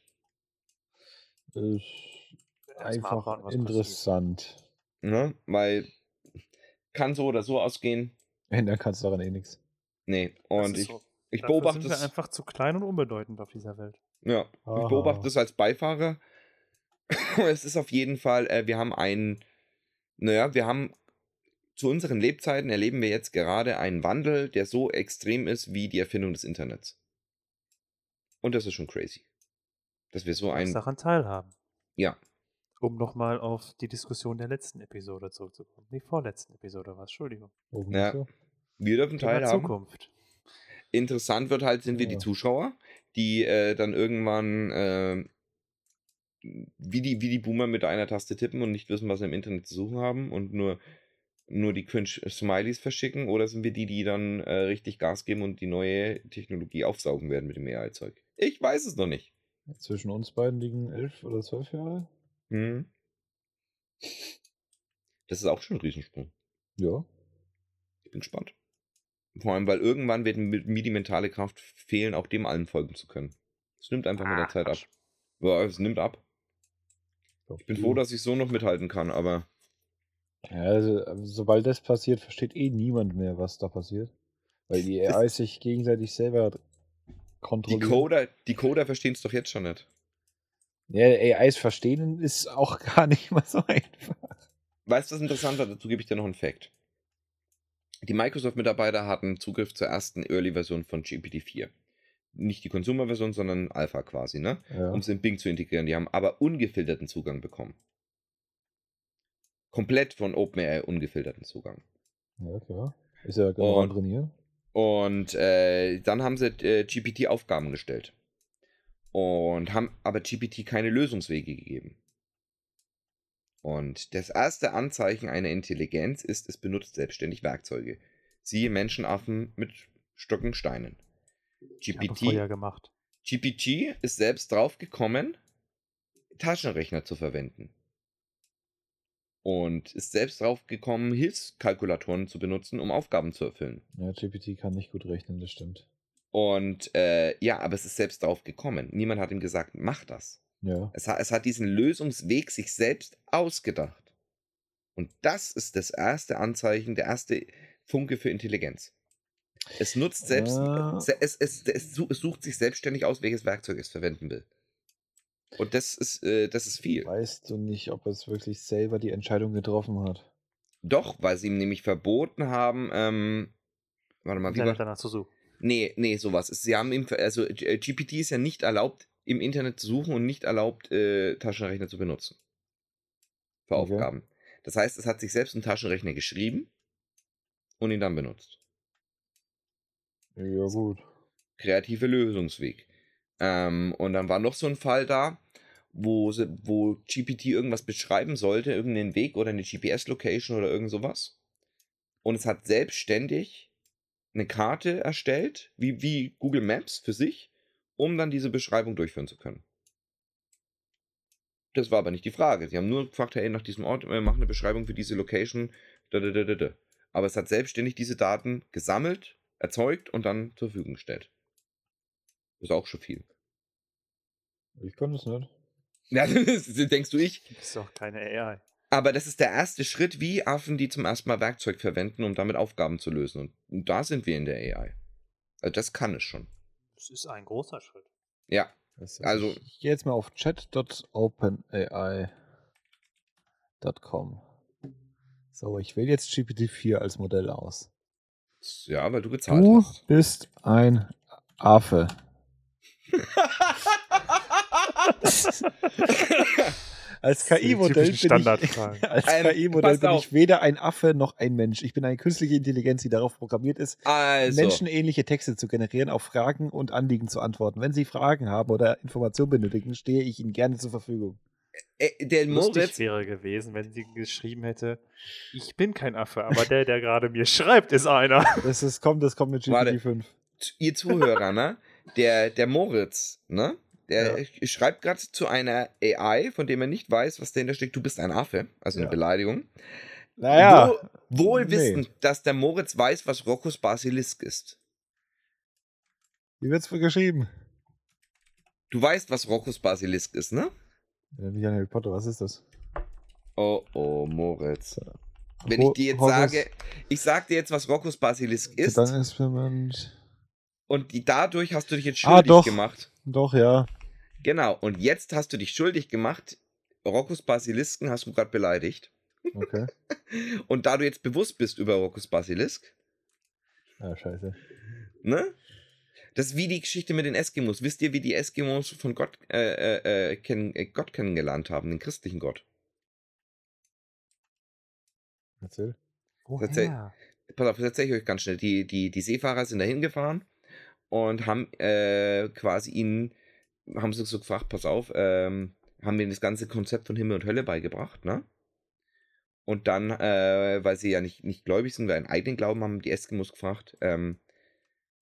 [SPEAKER 3] Ist einfach abwarten, interessant.
[SPEAKER 1] Ne? Weil kann so oder so ausgehen.
[SPEAKER 3] Ändern kannst du daran eh nichts.
[SPEAKER 1] Nee, und ich, so. ich Dafür beobachte
[SPEAKER 2] sind wir einfach zu klein und unbedeutend auf dieser Welt.
[SPEAKER 1] Ja, Aha. ich beobachte es als Beifahrer. es ist auf jeden Fall, äh, wir haben einen, naja, wir haben zu unseren Lebzeiten erleben wir jetzt gerade einen Wandel, der so extrem ist wie die Erfindung des Internets. Und das ist schon crazy. Dass wir so einen.
[SPEAKER 2] Daran teilhaben.
[SPEAKER 1] Ja.
[SPEAKER 2] Um nochmal auf die Diskussion der letzten Episode zurückzukommen. Die vorletzten Episode war es, Entschuldigung.
[SPEAKER 1] Ja. So? Wir dürfen Thema teilhaben. Zukunft. Interessant wird halt, sind wir ja. die Zuschauer, die äh, dann irgendwann äh, wie, die, wie die Boomer mit einer Taste tippen und nicht wissen, was sie im Internet zu suchen haben und nur nur die Cringe-Smileys verschicken oder sind wir die, die dann äh, richtig Gas geben und die neue Technologie aufsaugen werden mit dem AI-Zeug? Ich weiß es noch nicht.
[SPEAKER 3] Zwischen uns beiden liegen elf oder zwölf Jahre.
[SPEAKER 1] Hm. Das ist auch schon ein Riesensprung.
[SPEAKER 3] Ja.
[SPEAKER 1] Ich bin gespannt. Vor allem, weil irgendwann wird mir die mentale Kraft fehlen, auch dem allem folgen zu können. Es nimmt einfach ah, mit der Zeit ab. Ja, es nimmt ab. Ich bin froh, dass ich so noch mithalten kann, aber.
[SPEAKER 3] Ja, also, sobald das passiert, versteht eh niemand mehr, was da passiert. Weil die AI sich gegenseitig selber kontrolliert.
[SPEAKER 1] Die Coder, die Coder verstehen es doch jetzt schon nicht.
[SPEAKER 3] Ja, AIs verstehen ist auch gar nicht mal so einfach.
[SPEAKER 1] Weißt du, was interessant war? Dazu gebe ich dir noch einen Fact. Die Microsoft-Mitarbeiter hatten Zugriff zur ersten Early-Version von GPT-4. Nicht die Consumer-Version, sondern Alpha quasi, ne? Ja. Um es in Bing zu integrieren. Die haben aber ungefilterten Zugang bekommen komplett von OpenAI ungefilterten Zugang.
[SPEAKER 3] Ja, klar. Ist ja genau
[SPEAKER 1] und,
[SPEAKER 3] Trainieren.
[SPEAKER 1] Und äh, dann haben sie äh, GPT Aufgaben gestellt. Und haben aber GPT keine Lösungswege gegeben. Und das erste Anzeichen einer Intelligenz ist, es benutzt selbstständig Werkzeuge. Siehe Menschenaffen mit Stöcken, Steinen. GPT,
[SPEAKER 2] Feuer gemacht.
[SPEAKER 1] GPT ist selbst drauf gekommen, Taschenrechner zu verwenden. Und ist selbst drauf gekommen, Hilfskalkulatoren zu benutzen, um Aufgaben zu erfüllen.
[SPEAKER 3] Ja, GPT kann nicht gut rechnen, das stimmt.
[SPEAKER 1] Und äh, ja, aber es ist selbst drauf gekommen. Niemand hat ihm gesagt, mach das.
[SPEAKER 3] Ja.
[SPEAKER 1] Es hat, es hat diesen Lösungsweg sich selbst ausgedacht. Und das ist das erste Anzeichen, der erste Funke für Intelligenz. Es nutzt selbst,
[SPEAKER 3] Ah.
[SPEAKER 1] se- es, es, es, su- es sucht sich selbstständig aus, welches Werkzeug es verwenden will. Und das ist, äh, das ist viel.
[SPEAKER 3] Weißt du nicht, ob es wirklich selber die Entscheidung getroffen hat?
[SPEAKER 1] Doch, weil sie ihm nämlich verboten haben, ähm, warte mal, wie
[SPEAKER 2] Internet
[SPEAKER 1] war,
[SPEAKER 2] danach zu suchen.
[SPEAKER 1] nee, nee, sowas. Sie haben ihm, ver- also äh, GPT ist ja nicht erlaubt, im Internet zu suchen und nicht erlaubt, äh, Taschenrechner zu benutzen. Für
[SPEAKER 3] Okay.
[SPEAKER 1] Aufgaben. Das heißt, es hat sich selbst einen Taschenrechner geschrieben und ihn dann benutzt.
[SPEAKER 3] Ja, gut.
[SPEAKER 1] kreative Lösungsweg. Ähm, und dann war noch so ein Fall da, wo, sie, wo GPT irgendwas beschreiben sollte, irgendeinen Weg oder eine GPS-Location oder irgend sowas. Und es hat selbstständig eine Karte erstellt, wie, wie Google Maps für sich, um dann diese Beschreibung durchführen zu können. Das war aber nicht die Frage. Sie haben nur gefragt, hey, nach diesem Ort, äh, mach eine Beschreibung für diese Location. Da, da, da, da, da. Aber es hat selbstständig diese Daten gesammelt, erzeugt und dann zur Verfügung gestellt. Ist auch schon viel.
[SPEAKER 3] Ich kann das nicht.
[SPEAKER 1] Ja, das denkst du ich.
[SPEAKER 2] Ist doch keine AI.
[SPEAKER 1] Aber das ist der erste Schritt, wie Affen, die zum ersten Mal Werkzeug verwenden, um damit Aufgaben zu lösen. Und, und da sind wir in der AI. Also das kann es schon.
[SPEAKER 2] Es ist ein großer Schritt.
[SPEAKER 1] Ja,
[SPEAKER 3] Das-
[SPEAKER 1] Also-
[SPEAKER 3] ich gehe jetzt mal auf chat.openai.com. So, ich wähle jetzt GPT-4 als Modell aus.
[SPEAKER 1] ja, weil du gezahlt
[SPEAKER 3] Du
[SPEAKER 1] hast.
[SPEAKER 3] bist ein Affe. als KI-Modell bin ich,
[SPEAKER 5] Standardfragen.
[SPEAKER 3] als
[SPEAKER 1] Ähm,
[SPEAKER 3] KI-Modell
[SPEAKER 1] passt
[SPEAKER 3] bin
[SPEAKER 1] auf.
[SPEAKER 3] ich weder ein Affe noch ein Mensch. Ich bin eine künstliche Intelligenz, die darauf programmiert ist,
[SPEAKER 1] Also,
[SPEAKER 3] menschenähnliche Texte zu generieren, auf Fragen und Anliegen zu antworten. Wenn Sie Fragen haben oder Informationen benötigen, stehe ich Ihnen gerne zur Verfügung.
[SPEAKER 1] äh, der
[SPEAKER 2] Lustig
[SPEAKER 1] Moritz,
[SPEAKER 2] wäre gewesen, wenn sie geschrieben hätte, ich bin kein Affe, aber der, der gerade mir schreibt, ist einer.
[SPEAKER 3] Das ist, kommt, das kommt mit
[SPEAKER 1] Warte.
[SPEAKER 3] GPT-5.
[SPEAKER 1] ihr Zuhörer, ne? Der, der Moritz, ne? Der schreibt gerade zu einer AI, von dem er nicht weiß, was dahinter steckt. Du bist ein Affe, also eine
[SPEAKER 3] Ja.
[SPEAKER 1] Beleidigung.
[SPEAKER 3] Naja,
[SPEAKER 1] Wohl, wohl
[SPEAKER 3] Nee.
[SPEAKER 1] wissend, dass der Moritz weiß, was Roccos Basilisk ist.
[SPEAKER 3] wie wird's geschrieben?
[SPEAKER 1] Du weißt, was Roccos Basilisk ist, ne?
[SPEAKER 3] Erinnert mich an Äh, Harry Potter, was ist das?
[SPEAKER 1] Oh, oh, Moritz. Wenn ich
[SPEAKER 3] Ho-
[SPEAKER 1] dir jetzt
[SPEAKER 3] Horus-
[SPEAKER 1] sage, ich sag dir jetzt, was Roccos Basilisk ist,
[SPEAKER 3] Gedankenexperiment.
[SPEAKER 1] und die, dadurch hast du dich jetzt
[SPEAKER 3] Ah,
[SPEAKER 1] schuldig
[SPEAKER 3] doch.
[SPEAKER 1] gemacht.
[SPEAKER 3] Doch, ja.
[SPEAKER 1] Genau, und jetzt hast du dich schuldig gemacht. Roccos Basilisken hast du gerade beleidigt.
[SPEAKER 3] Okay.
[SPEAKER 1] Und da du jetzt bewusst bist über Roccos Basilisk,
[SPEAKER 3] Ah, scheiße.
[SPEAKER 1] ne? Das ist wie die Geschichte mit den Eskimos. Wisst ihr, wie die Eskimos von Gott, äh, äh, äh, kenn, äh, Gott kennengelernt haben, den christlichen Gott?
[SPEAKER 3] Erzähl.
[SPEAKER 1] Woher? pass auf, das erzähle ich euch ganz schnell. Die, die, die Seefahrer sind da hingefahren und haben äh, quasi ihnen, haben sie so gefragt, pass auf, ähm, haben ihnen das ganze Konzept von Himmel und Hölle beigebracht, ne? Und dann, äh, weil sie ja nicht, nicht gläubig sind, weil einen eigenen Glauben haben, die Eskimos gefragt, ähm,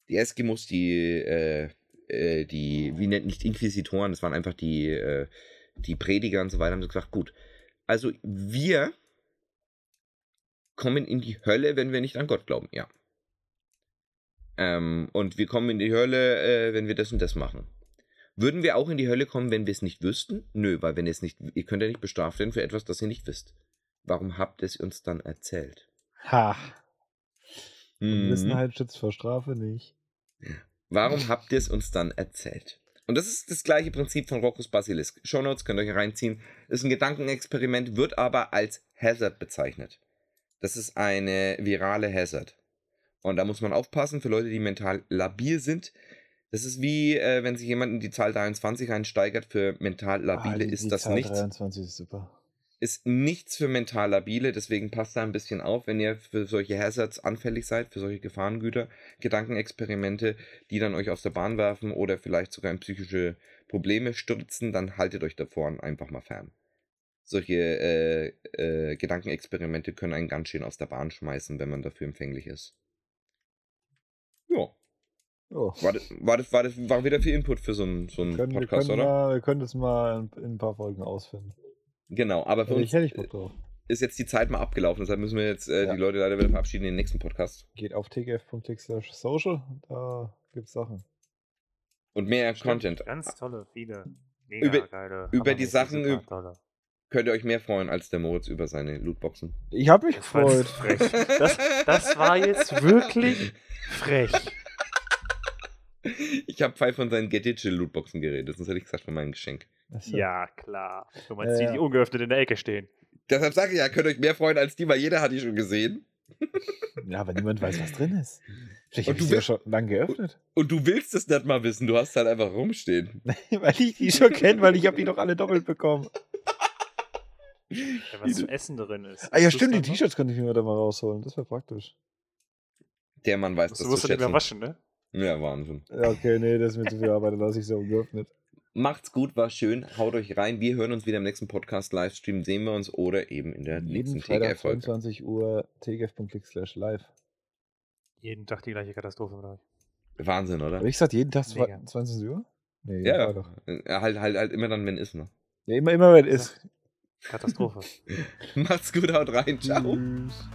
[SPEAKER 1] die Eskimos, die, äh, äh, die, wie nennt nicht Inquisitoren, das waren einfach die, äh, die Prediger und so weiter, haben sie gesagt, gut, also wir kommen in die Hölle, wenn wir nicht an Gott glauben, ja. Ähm, und wir kommen in die Hölle, äh, wenn wir das und das machen. Würden wir auch in die Hölle kommen, wenn wir es nicht wüssten? Nö, weil wenn ihr es nicht, ihr könnt ja nicht bestraft werden für etwas, das ihr nicht wisst. Warum habt ihr es uns dann erzählt?
[SPEAKER 3] Ha.
[SPEAKER 1] Mhm.
[SPEAKER 3] Wissenheit schützt vor Strafe nicht.
[SPEAKER 1] Warum habt ihr es uns dann erzählt? Und das ist das gleiche Prinzip von Roccos Basilisk. Shownotes könnt ihr euch reinziehen. Ist ein Gedankenexperiment, wird aber als Hazard bezeichnet. Das ist eine virale Hazard. Und da muss man aufpassen für Leute, die mental labil sind. Das ist wie, äh, wenn sich jemand in die Zahl 23 einsteigert. Für mental labile
[SPEAKER 3] Ah, die-
[SPEAKER 1] ist
[SPEAKER 3] die
[SPEAKER 1] das
[SPEAKER 3] Zahl
[SPEAKER 1] nichts
[SPEAKER 3] 23 ist super.
[SPEAKER 1] ist nichts für mental labile, deswegen passt da ein bisschen auf, wenn ihr für solche Hazards anfällig seid, für solche Gefahrengüter, Gedankenexperimente, die dann euch aus der Bahn werfen oder vielleicht sogar in psychische Probleme stürzen, dann haltet euch davon einfach mal fern. Solche äh, äh, Gedankenexperimente können einen ganz schön aus der Bahn schmeißen, wenn man dafür empfänglich ist. Oh. War, das, war, das, war, das, war wieder viel Input für so einen, so einen
[SPEAKER 3] können,
[SPEAKER 1] Podcast,
[SPEAKER 3] wir
[SPEAKER 1] oder?
[SPEAKER 3] Mal, wir können das mal in, in ein paar Folgen ausfinden.
[SPEAKER 1] Genau, aber für
[SPEAKER 3] Hätte
[SPEAKER 1] uns
[SPEAKER 3] ich, hätte ich Bock drauf.
[SPEAKER 1] ist jetzt die Zeit mal abgelaufen, deshalb müssen wir jetzt äh,
[SPEAKER 3] Ja.
[SPEAKER 1] die Leute leider wieder verabschieden in den nächsten Podcast.
[SPEAKER 3] Geht auf tkf.click slash social, da gibt's Sachen.
[SPEAKER 1] Und mehr Content.
[SPEAKER 2] Ganz tolle, viele. Mega
[SPEAKER 1] Über-
[SPEAKER 2] geile.
[SPEAKER 1] über die
[SPEAKER 2] hammermäßig
[SPEAKER 1] Sachen,
[SPEAKER 2] super
[SPEAKER 1] üb-
[SPEAKER 2] tolle.
[SPEAKER 1] Könnt ihr euch mehr freuen als der Moritz über seine Lootboxen.
[SPEAKER 3] Ich habe mich
[SPEAKER 2] Das war jetzt
[SPEAKER 3] gefreut.
[SPEAKER 2] frech. Das, das war jetzt wirklich frech.
[SPEAKER 1] Ich habe Pfeil von seinen Get Digital Lootboxen geredet, sonst hätte ich gesagt von meinem Geschenk.
[SPEAKER 3] Achso.
[SPEAKER 2] Ja, klar. Du meinst
[SPEAKER 3] meinst die,
[SPEAKER 2] die,
[SPEAKER 3] die
[SPEAKER 2] die ungeöffnet in der Ecke stehen.
[SPEAKER 1] Deshalb sage ich ja, könnt ihr euch mehr freuen als die, weil jeder hat die schon gesehen.
[SPEAKER 3] ja, aber niemand weiß, was drin ist. Vielleicht
[SPEAKER 1] Und
[SPEAKER 3] habe ich
[SPEAKER 1] du
[SPEAKER 3] sie ja
[SPEAKER 1] wirst-
[SPEAKER 3] schon lang geöffnet.
[SPEAKER 1] Und du willst es nicht mal wissen, du hast halt einfach rumstehen.
[SPEAKER 3] weil ich die schon kenne, weil ich habe die doch alle doppelt bekommen.
[SPEAKER 2] Ja, was zum Essen drin ist.
[SPEAKER 3] Ah ja,
[SPEAKER 2] Hast du's
[SPEAKER 3] stimmt,
[SPEAKER 2] dann
[SPEAKER 3] die
[SPEAKER 2] noch?
[SPEAKER 3] T-Shirts könnte ich mir da mal rausholen. Das wäre praktisch.
[SPEAKER 1] Der Mann weiß das
[SPEAKER 2] Du
[SPEAKER 1] zu
[SPEAKER 2] musst du nicht mehr
[SPEAKER 1] schätzen.
[SPEAKER 2] waschen, ne?
[SPEAKER 1] Ja, Wahnsinn.
[SPEAKER 3] Ja, okay, nee, das ist mir zu viel Arbeit, da lasse ich so geöffnet.
[SPEAKER 1] Macht's gut, war schön, haut euch rein. Wir hören uns wieder im nächsten Podcast, Livestream sehen wir uns oder eben in der nächsten
[SPEAKER 3] Jeden Freitag
[SPEAKER 1] TGF-Folge.
[SPEAKER 3] 22 Uhr tgf.click slash live.
[SPEAKER 2] Jeden Tag die gleiche Katastrophe mit euch.
[SPEAKER 1] Wahnsinn, oder?
[SPEAKER 3] Habe ich gesagt, jeden Tag
[SPEAKER 2] Mega.
[SPEAKER 3] 22 Uhr? Nee, jeden
[SPEAKER 1] Ja,
[SPEAKER 3] Freitag.
[SPEAKER 1] ja. Halt, halt, halt immer dann, wenn ist, ne?
[SPEAKER 3] Ja, immer, immer, wenn es ist.
[SPEAKER 2] Katastrophe.
[SPEAKER 1] Macht's gut, haut rein, ciao.
[SPEAKER 3] Tschüss.